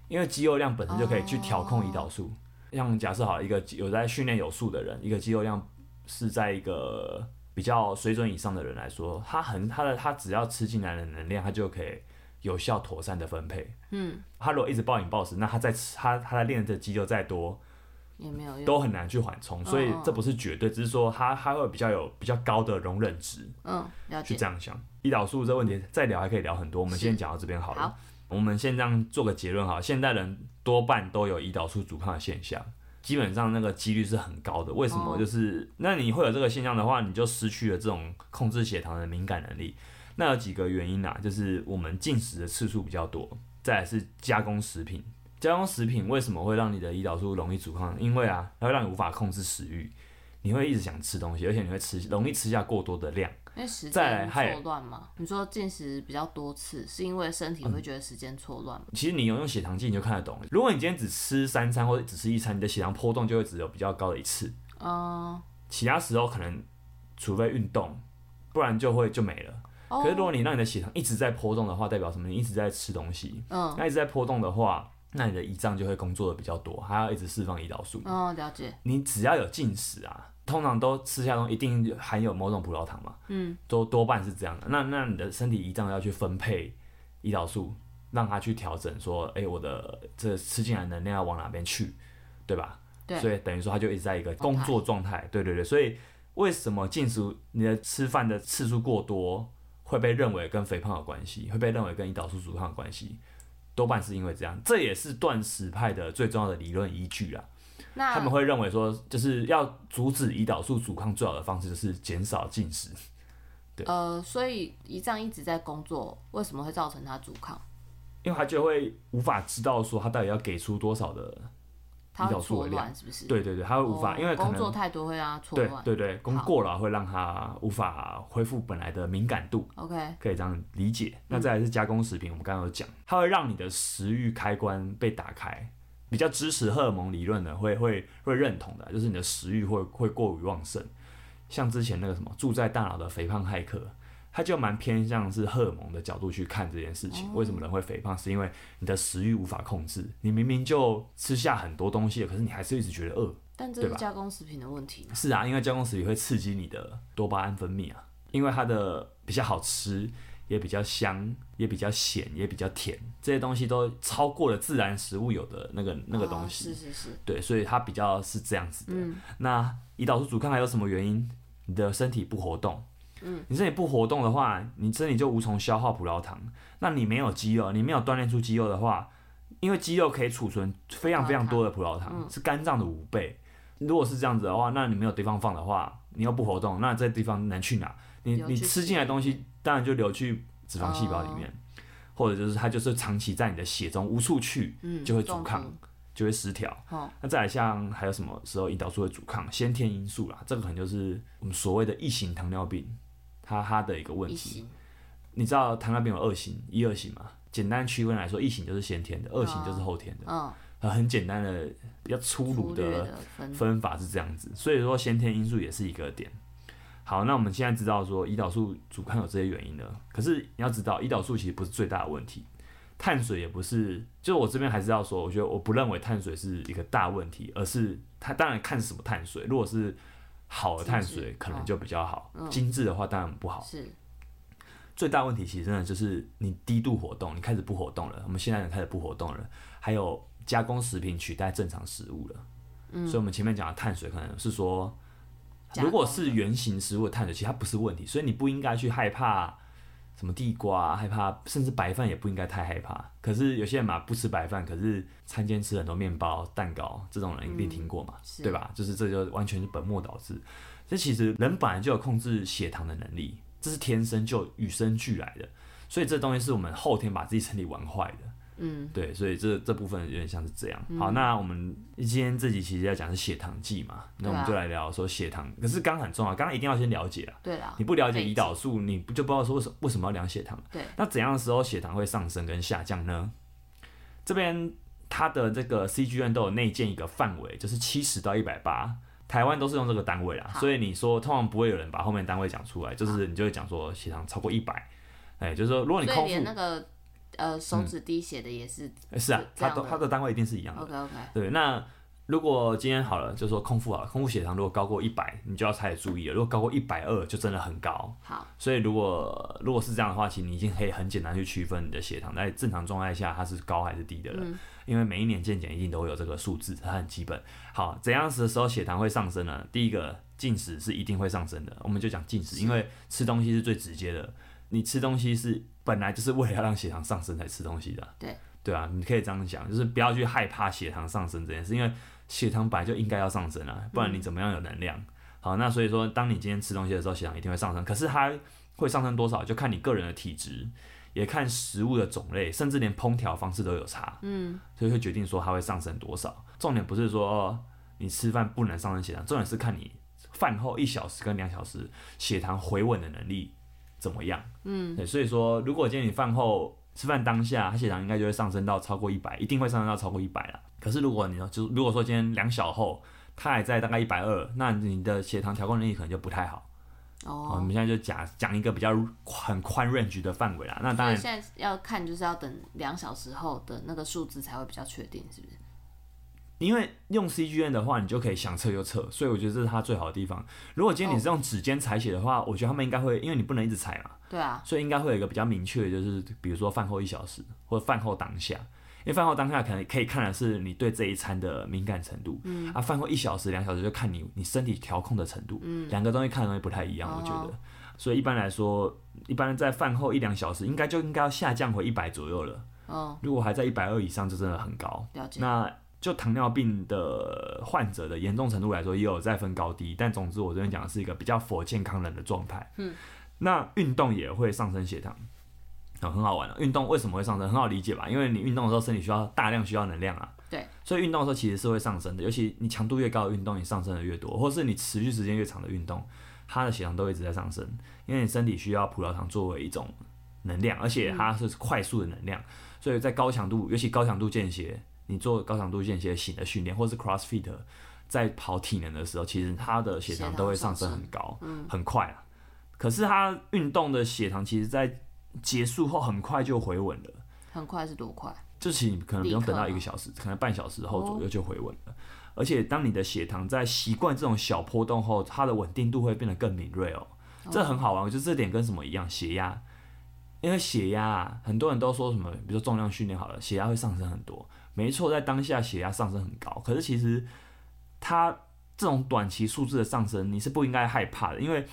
S1: 因为肌肉量本身就可以去调控胰岛素。像假设好了一个肌有在训练有素的人，一个肌肉量是在一个比较水准以上的人来说，他很他的他只要吃进来的能量，他就可以有效妥善的分配。
S2: 嗯，
S1: 他如果一直暴饮暴食，那他再吃他他在练的肌肉再多，
S2: 也没有用。
S1: 都很难去缓
S2: 嗯
S1: 冲。所以这不是绝对，只是说他他会比较有比较高的容忍值。
S2: 嗯，了
S1: 去
S2: 解。
S1: 这样想。胰岛素这问题再聊还可以聊很多，我们
S2: 是
S1: 先讲到这边好了。
S2: 好
S1: 我们先这样做个结论哈，现代人多半都有胰岛素阻抗的现象，基本上那个几率是很高的。为什么？
S2: 哦
S1: 就是那你会有这个现象的话，你就失去了这种控制血糖的敏感能力。那有几个原因啊，就是我们进食的次数比较多，再来是加工食品。加工食品为什么会让你的胰岛素容易阻抗？因为啊，它会让你无法控制食欲，你会一直想吃东西，而且你会吃容易吃下过多的量。
S2: 因为时
S1: 再来
S2: 间
S1: 还有
S2: 错乱嘛，你说进食比较多次，是因为身
S1: 嗯
S2: 体会觉得时间错乱吗？
S1: 其实你有用血糖计你就看得懂。如果你今天只吃三餐或者只吃一餐，你的血糖波动就会只有比较高的一次，
S2: 嗯，
S1: 其他时候可能除非运动，不然就会就没了。
S2: 哦
S1: 可是如果你让你的血糖一直在波动的话，代表什么？你一直在吃东西，
S2: 嗯
S1: 那一直在波动的话，那你的胰脏就会工作的比较多，还要一直释放胰岛素。
S2: 嗯，了解。
S1: 你只要有进食啊，通常都吃下东西一定含有某种葡萄糖嘛，
S2: 嗯，
S1: 多多半是这样的。那那你的身体胰脏要去分配胰岛素，让它去调整，说，哎、我的这吃进来的能量要往哪边去，对吧？
S2: 对
S1: 所以等于说，它就一直在一个工作状态。对对对，所以为什么进食你的吃饭的次数过多会被认为跟肥胖有关系，会被认为跟胰岛素阻抗有关系？多半是因为这样，这也是断食派的最重要的理论依据啊。
S2: 那
S1: 他们会认为说，就是要阻止胰岛素阻抗最好的方式就是减少进食。
S2: 呃，所以胰脏一直在工作，为什么会造成它阻抗？
S1: 因为他就会无法知道说他到底要给出多少的，
S2: 它
S1: 胰岛
S2: 会
S1: 素
S2: 错
S1: 的量
S2: 乱，是不是？
S1: 对对对，他会无法，
S2: 哦
S1: 因为可
S2: 工作
S1: 能
S2: 太多会让它错
S1: 对
S2: 乱。
S1: 对对，工
S2: 好
S1: 过劳会让他无法恢复本来的敏感度，
S2: OK，
S1: 可以这样理解。那再来是加工食品，我们刚刚有讲，它会让你的食欲开关被打开。比较支持荷尔蒙理论的，会会会认同的，就是你的食欲会会过于旺盛。像之前那个什么住在大脑的肥胖骇客，他就蛮偏向是荷尔蒙的角度去看这件事情。为什么人会肥胖？是因为你的食欲无法控制，你明明就吃下很多东西了，可是你还是一直觉得饿。
S2: 但这
S1: 对
S2: 是
S1: 吧
S2: 加工食品的问题呢。
S1: 是啊，因为加工食品会刺激你的多巴胺分泌啊，因为它的比较好吃，也比较香，也比较咸，也比较甜，这些东西都超过了自然食物有的那个那个东西。
S2: 哦是是是，
S1: 对，所以它比较是这样子的。
S2: 嗯
S1: 那胰岛素阻抗还有什么原因？你的身体不活动。嗯，你身体不活动的话，你身体就无从消化葡萄糖。那你没有肌肉，你没有锻炼出肌肉的话，因为肌肉可以储存非常非常多的葡萄糖，是肝脏的五倍。如果是这样子的话，那你没有地方放的话，你又不活动，那这地方能去哪？你
S2: 流去
S1: 你吃进来的东西，当然就流去脂肪细胞里面，或者就是它就是长期在你的血中无处去，
S2: 嗯，哦
S1: 就会阻
S2: 中
S1: 抗
S2: 毒。
S1: 就会失调。
S2: 好，
S1: 那再来像还有什么时候胰岛素会阻抗？先天因素啦，这个可能就是我们所谓的一型糖尿病，它它的一个问
S2: 一
S1: 题。
S2: 型
S1: 你知道糖尿病有二型、一二型嘛？简单区分来说，一型就是先天的，二型就是后天的。
S2: 嗯，
S1: 呃很简单的、比较粗鲁
S2: 粗略
S1: 的
S2: 的分
S1: 分法是这样子，所以说先天因素也是一个点。好，那我们现在知道说胰岛素阻抗有这些原因了，可是你要知道，胰岛素其实不是最大的问题，碳水也不是，就是我这边还是要说，我觉得我不认为碳水是一个大问题，而是它当然看是什么碳水，如果是好的碳
S2: 精
S1: 水
S2: 致
S1: 可能
S2: 嗯
S1: 就比较好，
S2: 嗯
S1: 精致的话当然不好。
S2: 是
S1: 最大问题其实真的就是你低度活动，你开始不活动了，我们现在人开始不活动了，还有加工食品取代正常食物了。嗯，所以我们前面讲的碳水可能是说，
S2: 加工
S1: 如果是原型食物的碳水，其实它不是问题，所以你不应该去害怕什么地瓜、啊害怕甚至白饭也不应该太害怕。可是有些人嘛不吃白饭，可是餐间吃很多面包、蛋糕，这种人一定听过嘛，
S2: 嗯是
S1: 对吧？就是这就完全是本末倒置。这其实人本来就有控制血糖的能力，这是天生就与生俱来的，所以这东西是我们后天把自己身体玩坏的。
S2: 嗯，
S1: 对，所以这这部分有点像是这样。好，那我们今天这集其实要讲的是血糖计嘛，那我们
S2: 对啊
S1: 就来聊说血糖。可是刚刚很重要，刚刚一定要先了解啊，
S2: 对啦
S1: 你，不了解
S2: 背景
S1: 胰岛素，你不就不知道说为什么为什么要量血糖？
S2: 对，
S1: 那怎样的时候血糖会上升跟下降呢？这边它的这个 CGN 都有内建一个范围，就是七十到一百八，台湾都是用这个单位啦，
S2: 好
S1: 所以你说通常不会有人把后面单位讲出来，就是你就会讲说血糖超过一百，哎，就是说如果你
S2: 所以
S1: 空腹
S2: 连那个呃手指滴血的也是
S1: 呃是啊，
S2: 这
S1: 它
S2: 样
S1: 都
S2: 的
S1: 它的单位一定是一样的。
S2: OK OK，
S1: 对，那如果今天好了，就说空腹好了，空腹血糖如果高过一百，你就要开始注意了。如果高过一百二，就真的很高。
S2: 好，
S1: 所以如果如果是这样的话，其实你已经可以很简单去区分你的血糖在正常状态下它是高还是低的
S2: 嗯
S1: 了，因为每一年健检一定都会有这个数字，它很基本。好，怎样子的时候血糖会上升呢？第一个进食是一定会上升的，我们就讲进食，因为吃东西是最直接的，你吃东西是本来就是为了要让血糖上升才吃东西的，
S2: 对
S1: 对啊，你可以这样讲，就是不要去害怕血糖上升这件事，因为血糖本来就应该要上升啊，不然你怎么样有能量？好，那所以说，当你今天吃东西的时候，血糖一定会上升，可是它会上升多少，就看你个人的体质，也看食物的种类，甚至连烹调方式都有差。嗯，所以会决定说它会上升多少。重点不是说、哦你吃饭不能上升血糖，重点是看你饭后一小时跟两小时血糖回稳的能力怎么样。嗯，对，所以说，如果今天你饭后吃饭当下，它血糖应该就会上升到超过一百，一定会上升到超过一百啦。可是如果你就如果说今天两小后它还在大概一百二，那你的血糖调控能力可能就不太好。好，我
S2: 哦，
S1: 们现在就讲讲一个比较很宽 range 的范围啦。那当
S2: 所以
S1: 然，
S2: 现在要看就是要等两小时后的那个数字才会比较确定，是不是？
S1: 因为用 CGN 的话，你就可以想测就测，所以我觉得这是它最好的地方。如果今天你是用指尖采血的话，我觉得他们应该会，因为你不能一直采嘛，
S2: 对啊，
S1: 所以应该会有一个比较明确的，就是比如说饭后一小时或者饭后当下。因为饭后当下可能可以看的是你对这一餐的敏感程度，嗯、啊，饭后一小时、两小时就看你你身体调控的程度，嗯、哦两个东西看的东西不太一样，我觉得。所以一般来说，一般在饭后一两小时应该就应该要下降回一百左右了。
S2: 嗯，
S1: 如果还在一百二以上，就真的很高。
S2: 了解。
S1: 那就糖尿病的患者的严重程度来说，也有再分高低。但总之，我这边讲的是一个比较佛健康人的状态。嗯，那运动也会上升血糖，啊、很好玩啊。运动为什么会上升？很好理解吧？因为你运动的时候，身体需要大量需要能量啊。
S2: 对，
S1: 所以运动的时候其实是会上升的，尤其你强度越高的运动，你上升的越多，或是你持续时间越长的运动，它的血糖都一直在上升，因为你身体需要葡萄糖作为一种能量，而且它是快速的能量，所以在高强度，尤其高强度间歇，你做高强度间歇型的训练，或是 CrossFit，在跑体能的时候，其实它的血糖都会上升很高，很快啊。可是它运动的血糖，其实在结束后很快就回稳了。
S2: 很快是多快？
S1: 就是你可能不用
S2: 立刻
S1: 等到
S2: 吗
S1: 一个小时，可能半小时后左右就回稳了。而且当你的血糖在习惯这种小波动后，它的稳定度会变得更敏锐哦。这很好玩，我觉得这点跟什么一样，血压。因为血压啊，很多人都说什么，比如说重量训练好了，血压会上升很多。没错，在当下血压上升很高，可是其实它这种短期数字的上升，你是不应该害怕的，因为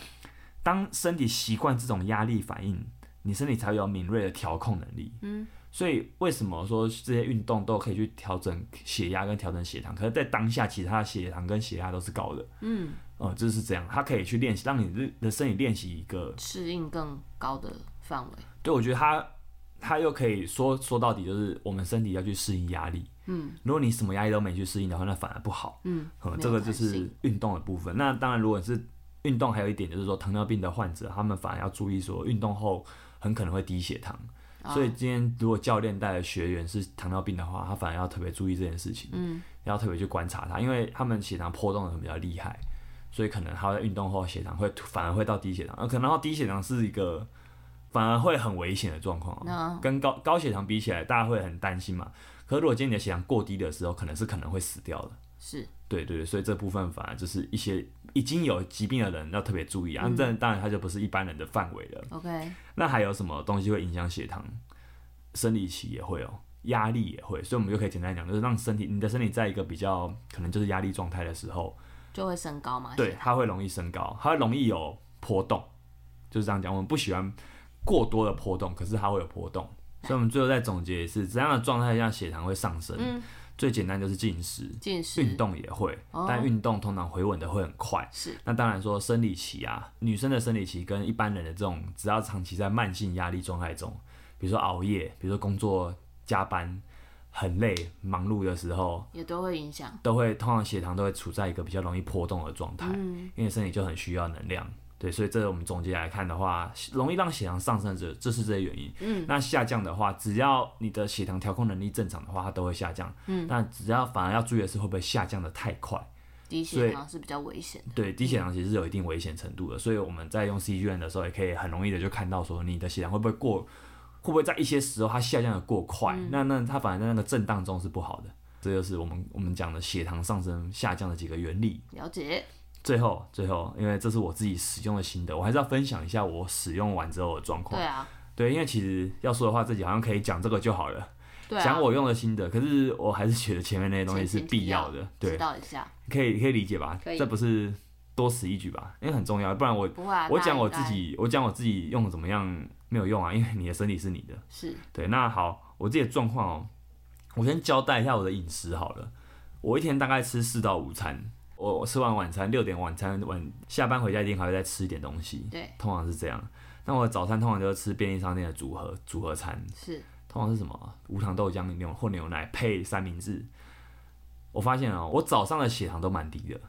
S1: 当身体习惯这种压力反应，你身体才有敏锐的调控能力。所以为什么说这些运动都可以去调整血压跟调整血糖？可是，在当下，其实他的血糖跟血压都是高的。嗯，哦、就是这样，他可以去练习，让你的身体练习一个。
S2: 适应更高的范围。
S1: 对，我觉得他他又可以说说到底，就是我们身体要去适应压力。嗯，如果你什么压力都没去适应的话，那反而不好。
S2: 嗯，
S1: 嗯
S2: 没有
S1: 这个就
S2: 弹
S1: 是
S2: 性
S1: 运动的部分。那当然，如果是运动，还有一点就是说，糖尿病的患者，他们反而要注意说，运动后很可能会低血糖。
S2: 啊
S1: 所以今天如果教练带的学员是糖尿病的话，他反而要特别注意这件事情，嗯，要特别去观察他，因为他们血糖波动的比较厉害，所以可能他在运动后血糖会突反而会到低血糖，而呃可能到低血糖是一个反而会很危险的状况、哦
S2: 那，
S1: 跟高高血糖比起来，大家会很担心嘛。可是如果今天你的血糖过低的时候，可能是可能会死掉的。
S2: 是
S1: 对对对，所以这部分反而就是一些已经有疾病的人要特别注意啊，
S2: 嗯
S1: 但当然它就不是一般人的范围了。
S2: OK，
S1: 那还有什么东西会影响血糖？生理期也会哦，压力也会，所以我们就可以简单讲，就是让身体你的身体在一个比较可能就是压力状态的时候，
S2: 就会升高嘛？
S1: 对，它会容易升高，它会容易有波动，就是这样讲。我们不喜欢过多的波动，可是它会有波动，所以我们最后再总结一次，怎样的状态下血糖会上升？
S2: 嗯
S1: 最简单就是进食，
S2: 进食
S1: 运动也会，
S2: 哦
S1: 但运动通常回稳的会很快。
S2: 是
S1: 那当然说生理期啊，女生的生理期跟一般人的这种，只要长期在慢性压力状态中，比如说熬夜，比如说工作加班很累、忙碌的时候，
S2: 也都会影响。
S1: 都会通常血糖都会处在一个比较容易波动的状态，
S2: 嗯
S1: 因为身体就很需要能量。对，所以这我们总结来看的话，容易让血糖上升这这是这些原因。
S2: 嗯，
S1: 那下降的话，只要你的血糖调控能力正常的话，它都会下降。
S2: 嗯，
S1: 但只要反而要注意的是会不会下降的太快。
S2: 低
S1: 所
S2: 血
S1: 以
S2: 糖是比较危险的。
S1: 对低血糖其实是有一定危险程度的，所以我们在用 CGN 的时候，也可以很容易的就看到说你的血糖会不会过会不会在一些时候它下降的过快？
S2: 嗯
S1: 那那它反而在那个震荡中是不好的。这就是我们我们讲的血糖上升下降的几个原理。
S2: 了解，
S1: 最后最后，因为这是我自己使用的心得，我还是要分享一下我使用完之后的状况
S2: 对。啊，
S1: 对，因为其实要说的话，自己好像可以讲这个就好了，
S2: 对啊，
S1: 讲、我用的心得。可是我还是觉得前面那些东西是
S2: 前情提
S1: 必要的，对
S2: 知，道一下，
S1: 可以可以理解吧？
S2: 可以
S1: 这不是多此一举吧？因为很重要，不然我
S2: 不会啊，
S1: 我
S2: 大家
S1: 讲我
S2: 应该
S1: 自己，我讲我自己用的怎么样没有用啊，因为你的身体是你的。
S2: 是
S1: 对，那好，我自己的状况哦，我先交代一下我的饮食好了。我一天大概吃四到五餐，我我吃完晚餐六点晚餐晚下班回家一定还会再吃一点东西，
S2: 对，
S1: 通常是这样。那我的早餐通常就是吃便利商店的组合组合餐，
S2: 是
S1: 通常是什么啊无糖豆浆牛或牛奶配三明治。我发现哦，我早上的血糖都蛮低的，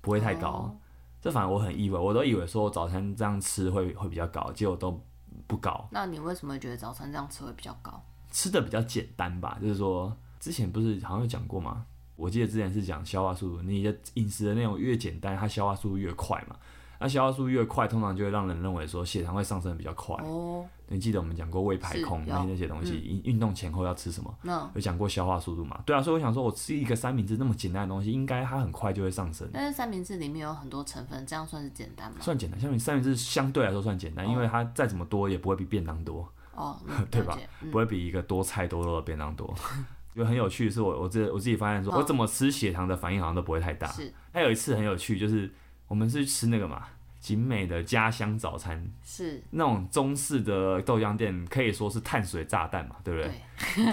S1: 不会太高。
S2: 哦
S1: 这反而我很意外，我都以为说我早餐这样吃会会比较高，结果都不高，
S2: 那你为什么会觉得早餐这样吃会比较高？
S1: 吃的比较简单吧。就是说之前不是好像有讲过吗？我记得之前是讲消化速度，你的饮食的内容越简单，它消化速度越快嘛。那消化速度越快，通常就会让人认为说血糖会上升得比较快。
S2: 哦，
S1: 你记得我们讲过胃排空
S2: 是有嗯
S1: 那那些东西，运、运动前后要吃什么？
S2: 那
S1: 有讲过消化速度嘛？对啊，所以我想说，我吃一个三明治那么简单的东西，应该它很快就会上升。
S2: 但是三明治里面有很多成分，这样算是简单吗？
S1: 算简单，像你三明治相对来说算简单，
S2: 哦
S1: 因为它再怎么多也不会比便当多，
S2: 哦，了
S1: 对吧
S2: 了解嗯
S1: 不会比一个多菜多肉的便当多。 就很有趣的是我我自我自己发现说，
S2: 嗯
S1: 我怎么吃血糖的反应好像都不会太大。
S2: 是
S1: 还有一次很有趣，就是我们是去吃那个嘛景美的家乡早餐，
S2: 是，
S1: 那种中式的豆浆店可以说是碳水炸弹嘛，对不对？
S2: 对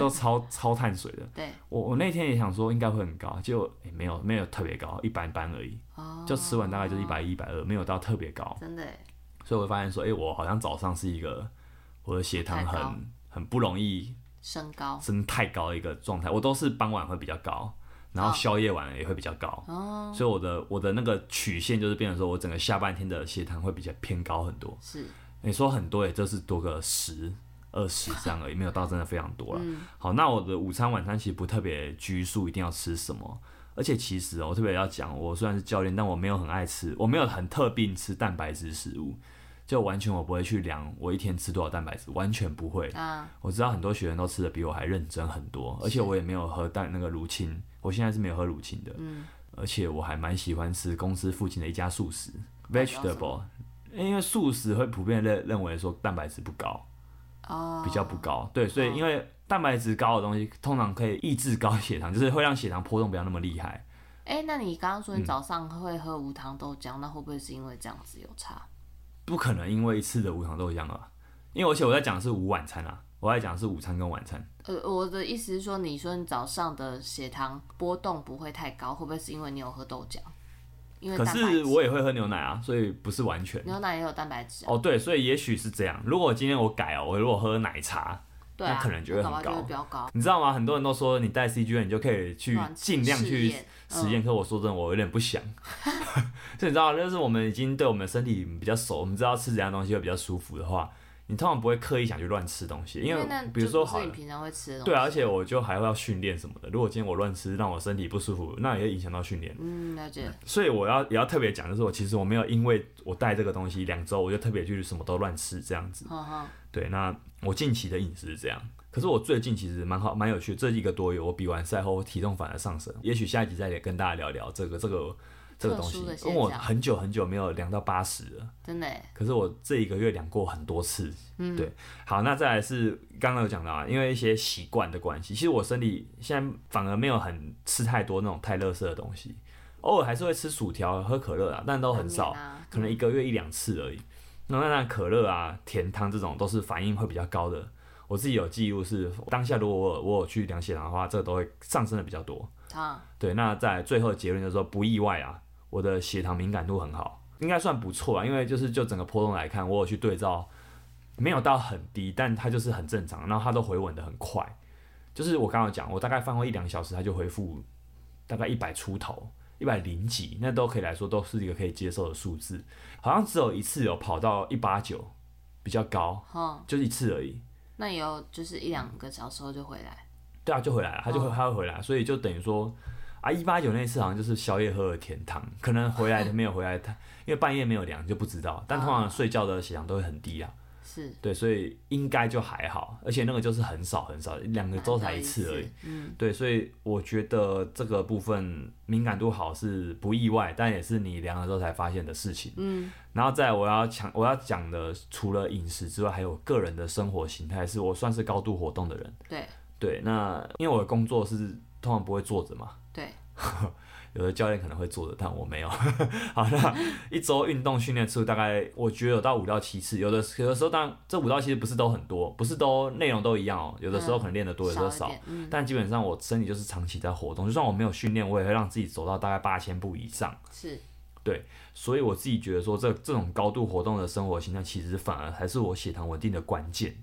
S1: 都超超碳水的。
S2: 对，
S1: 我我那天也想说应该会很高，结果、诶没有没有特别高，一般般而已，
S2: 哦，
S1: 就吃完大概就是一百一百二，没有到特别高。
S2: 真的耶
S1: 所以我发现说，哎、我好像早上是一个我的血糖
S2: 太高
S1: 很很不容易
S2: 升高
S1: 升太高的一个状态，我都是傍晚会比较高，然后
S2: 哦
S1: 宵夜晚也会比较高，
S2: 哦，
S1: 所以我的我的那个曲线就是变成说我整个下半天的血糖会比较偏高很多。
S2: 是
S1: 你说很多也就是多个十。二十这样而已，没有到真的非常多了。
S2: 嗯
S1: 好，那我的午餐、晚餐其实不特别拘束，一定要吃什么。而且其实哦，我特别要讲，我虽然是教练，但我没有很爱吃，我没有很特定吃蛋白质食物，就完全我不会去量我一天吃多少蛋白质，完全不会。
S2: 啊
S1: 我知道很多学员都吃的比我还认真很多，而且我也没有喝蛋那个乳清，我现在是没有喝乳清的，
S2: 嗯
S1: 而且我还蛮喜欢吃公司附近的一家素食
S2: 那叫什
S1: vegetable，因为素食会普遍认认为说蛋白质不高。
S2: 哦，
S1: 比较不高，对，所以
S2: 哦
S1: 因为蛋白质高的东西通常可以抑制高血糖，就是会让血糖波动不要那么厉害。
S2: 哎、那你刚刚说
S1: 嗯
S2: 你早上会喝无糖豆浆，那会不会是因为这样子有差？
S1: 不可能因为一次的无糖豆浆啊，因为而且我在讲的是午晚餐啊，我在讲的是午餐跟晚餐，
S2: 呃，我的意思是说，你说你早上的血糖波动不会太高，会不会是因为你有喝豆浆？因为
S1: 可
S2: 蛋白
S1: 是
S2: 质，
S1: 我也会喝牛奶啊，所以不是完全。
S2: 牛奶也有蛋白质、啊，
S1: 哦，对，所以也许是这样。如果今天我改哦，我如果喝奶茶，
S2: 对啊，
S1: 那可能就会
S2: 我搞
S1: 很
S2: 不好就
S1: 高
S2: 会比较高。
S1: 你知道吗？很多人都说你带 CGN 你就可以去
S2: 乱
S1: 尽量去
S2: 试验嗯
S1: 实验，可我说真的，我有点不想。 所以你知道，就是我们已经对我们身体比较熟，我们知道吃怎样东西会比较舒服的话，你通常不会刻意想去乱吃东西，因
S2: 因
S1: 为
S2: 那
S1: 比如
S2: 就
S1: 说
S2: 不
S1: 好
S2: 是你
S1: 了，
S2: 平常会吃的东西。
S1: 对啊，而且我就还要训练什么的。如果今天我乱吃，让我身体不舒服，那也会影响到训练。
S2: 嗯，了解，
S1: 所以我要也要特别讲，就是我其实我没有因为我带这个东西两周，我就特别去什么都乱吃这样子。
S2: 哈哈，
S1: 对，那我近期的饮食是这样，可是我最近其实蛮好，蛮有趣的。这一个多月，我比完赛后体重反而上升。也许下一集再跟大家聊聊这个这个这个东西
S2: 特殊的，
S1: 因
S2: 现
S1: 为我
S2: 象
S1: 很久很久没有量到八十了，
S2: 真的欸耶，
S1: 可是我这一个月量过很多次。
S2: 嗯，
S1: 对好，那再来是刚刚有讲到啊，因为一些习惯的关系，其实我身体现在反而没有很吃太多那种太垃圾的东西，偶尔还是会吃薯条、喝可乐啊，但都很少
S2: 难。免啊
S1: 可能一个月一两次而已。那当然，可乐啊、甜汤这种都是反应会比较高的。我自己有记录是，当下如果我有我有去量血糖的话，这个都会上升的比较多。
S2: 啊，
S1: 对，那在最后的结论就是说，不意外啊，我的血糖敏感度很好，应该算不错啊。因为就是就整个波动来看，我有去对照，没有到很低，但它就是很正常，然后它都回稳的很快。就是我刚刚有讲，我大概放过一两小时，它就恢复大概一百出头，一百零几，那都可以来说都是一个可以接受的数字。好像只有一次有跑到一八九，比较高，
S2: 哈，
S1: 就一次而已。
S2: 那也有就是一两个小时后就回来，
S1: 对啊，就回来了，他就会、他会回来，所以就等于说啊，一八九那次好像就是宵夜喝了甜汤，可能回来的没有回来，他因为半夜没有量就不知道，但通常睡觉的血糖都会很低啊，
S2: 是
S1: 对，所以应该就还好，而且那个就是很少很少，两个周才一次而已。。
S2: 嗯，
S1: 对，所以我觉得这个部分敏感度好是不意外，但也是你量了之后才发现的事情。
S2: 嗯，
S1: 然后再来我要强我要讲的，除了饮食之外，还有个人的生活形态，是我算是高度活动的人。
S2: 对
S1: 对，那因为我的工作是通常不会坐着嘛，
S2: 对，
S1: 有的教练可能会坐着，但我没有。 好，那一周运动训练次数大概我觉得有到五到七次，有的有的时候当然这五到七次不是都很多，不是都内容都一样哦，有的时候可能练得多，有的时候
S2: 嗯少
S1: 少。
S2: 一点。嗯，
S1: 但基本上我身体就是长期在活动，就算我没有训练，我也会让自己走到大概八千步以上。
S2: 是
S1: 所以我自己觉得说这，这种高度活动的生活形态，其实反而还是我血糖稳定的关键。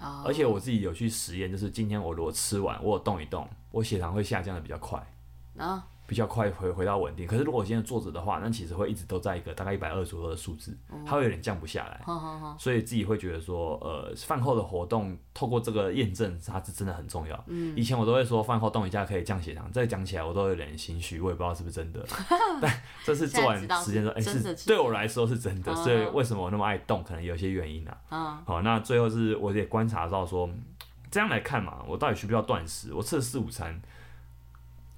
S2: 啊，
S1: 而且我自己有去实验，就是今天我如果吃完，我有动一动，我血糖会下降的比较快。
S2: 然后
S1: 比较快回回到稳定。可是如果我现在坐着的话，那其实会一直都在一个大概一百二左右的数字，它会有点降不下来。
S2: 哼哼哼，
S1: 所以自己会觉得说，呃，饭后的活动透过这个验证，它是真的很重要。
S2: 嗯
S1: 以前我都会说饭后动一下可以降血糖，再讲起来我都有点心虚，我也不知道是不是真 的。但这次做完
S2: 现在知道是
S1: 实验之后，哎、
S2: 真的
S1: 是
S2: 其实
S1: 对我来说是真的。
S2: 嗯
S1: 所以为什么我那么爱动，可能有一些原因啊。
S2: 嗯，
S1: 好，那最后是我也观察到说，这样来看嘛，我到底需不需要断食？我吃了四五餐，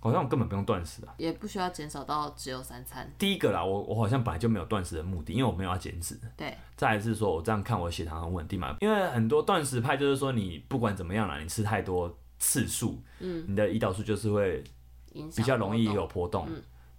S1: 好像我根本不用断食啊。
S2: 也不需要减少到只有三餐。
S1: 第一个啦，我我好像本来就没有断食的目的，因为我没有要减脂。
S2: 对，
S1: 再来是说我这样看我血糖很稳定嘛，因为很多断食派就是说你不管怎么样啦，你吃太多次数，嗯，你的胰岛素就是会
S2: 影响
S1: 比较容易
S2: 活动嗯
S1: 有波动，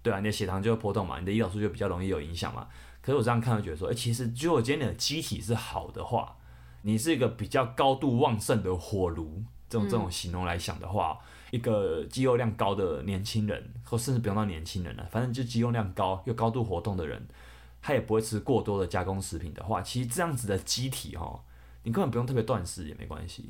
S1: 对啊，你的血糖就会波动嘛，你的胰岛素就比较容易有影响嘛。可是我这样看就觉得说，哎、其实如果今天你的机体是好的话，你是一个比较高度旺盛的火炉，这种这
S2: 嗯
S1: 种形容来想的话，一个肌肉量高的年轻人，或甚至不用到年轻人了，反正就肌肉量高又高度活动的人，他也不会吃过多的加工食品的话，其实这样子的机体哈，你根本不用特别断食也没关系。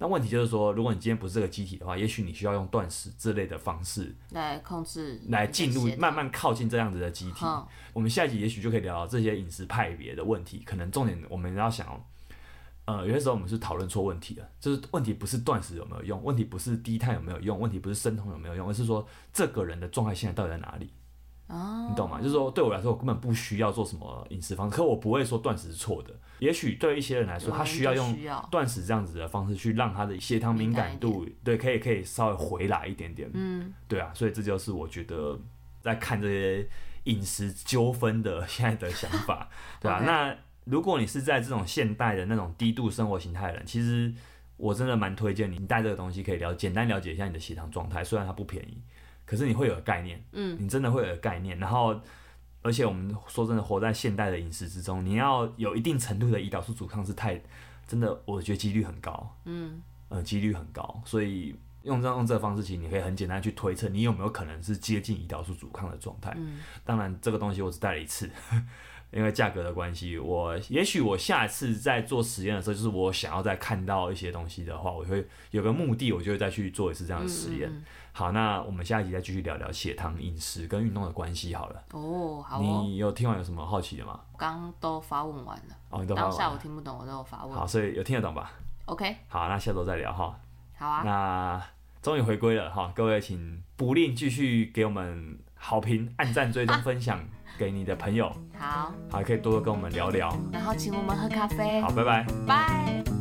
S1: 那问题就是说，如果你今天不是这个机体的话，也许你需要用断食之类的方式
S2: 来控制
S1: 来进入
S2: 你的血，糖
S1: 慢慢靠近这样子的机体。
S2: 哼
S1: 我们下一集也许就可以聊到这些饮食派别的问题。可能重点我们要想哦，呃，有些时候我们是讨论错问题了，就是问题不是断食有没有用，问题不是低碳有没有用，问题不是生酮有没有用，而是说这个人的状态现在到底在哪里？
S2: 哦
S1: 你懂吗？就是说，对我来说，我根本不需要做什么饮食方式，可我不会说断食是错的。也许对一些人来说，
S2: 有
S1: 他
S2: 人
S1: 需要
S2: 就
S1: 用
S2: 需要
S1: 断食这样子的方式去让他的血糖敏感度，对，可以可以稍微回来一点点。
S2: 嗯，
S1: 对啊，所以这就是我觉得在看这些饮食纠纷的现在的想 法，对啊，
S2: OK
S1: 那如果你是在这种现代的那种低度生活形态的人，其实我真的蛮推荐你，你带这个东西可以了简单了解一下你的血糖状态，虽然它不便宜，可是你会有个概念，
S2: 嗯，
S1: 你真的会有个概念，然后。而且我们说真的，活在现代的饮食之中，你要有一定程度的胰岛素阻抗是太，真的，我觉得几率很高。
S2: 嗯，
S1: 呃，几率很高，所以用这样用这个方式，其实你可以很简单去推测你有没有可能是接近胰岛素阻抗的状态。
S2: 嗯
S1: 当然，这个东西我只带了一次， 因为价格的关系，我也许我下次在做实验的时候，就是我想要再看到一些东西的话，我会有个目的，我就会再去做一次这样的实验。
S2: 嗯嗯
S1: 好，那我们下一集再继续聊聊血糖、饮食跟运动的关系好了。
S2: 哦，好哦，
S1: 你有听完有什么好奇的吗？
S2: 刚都发问完了，
S1: 哦，你都发
S2: 当
S1: 问
S2: 下
S1: 完
S2: 我
S1: 了。
S2: 听不懂，我都有发问
S1: 好，。所以有听得懂吧？
S2: OK，
S1: 好，那下周再聊哈。
S2: 好啊，
S1: 那终于回归了哈，各位请不吝继续给我们好评、按赞、追踪、分享给你的朋友，
S2: 好，
S1: 还可以多多跟我们聊聊。
S2: 然后请我们喝咖啡
S1: 好，，拜拜。
S2: 拜。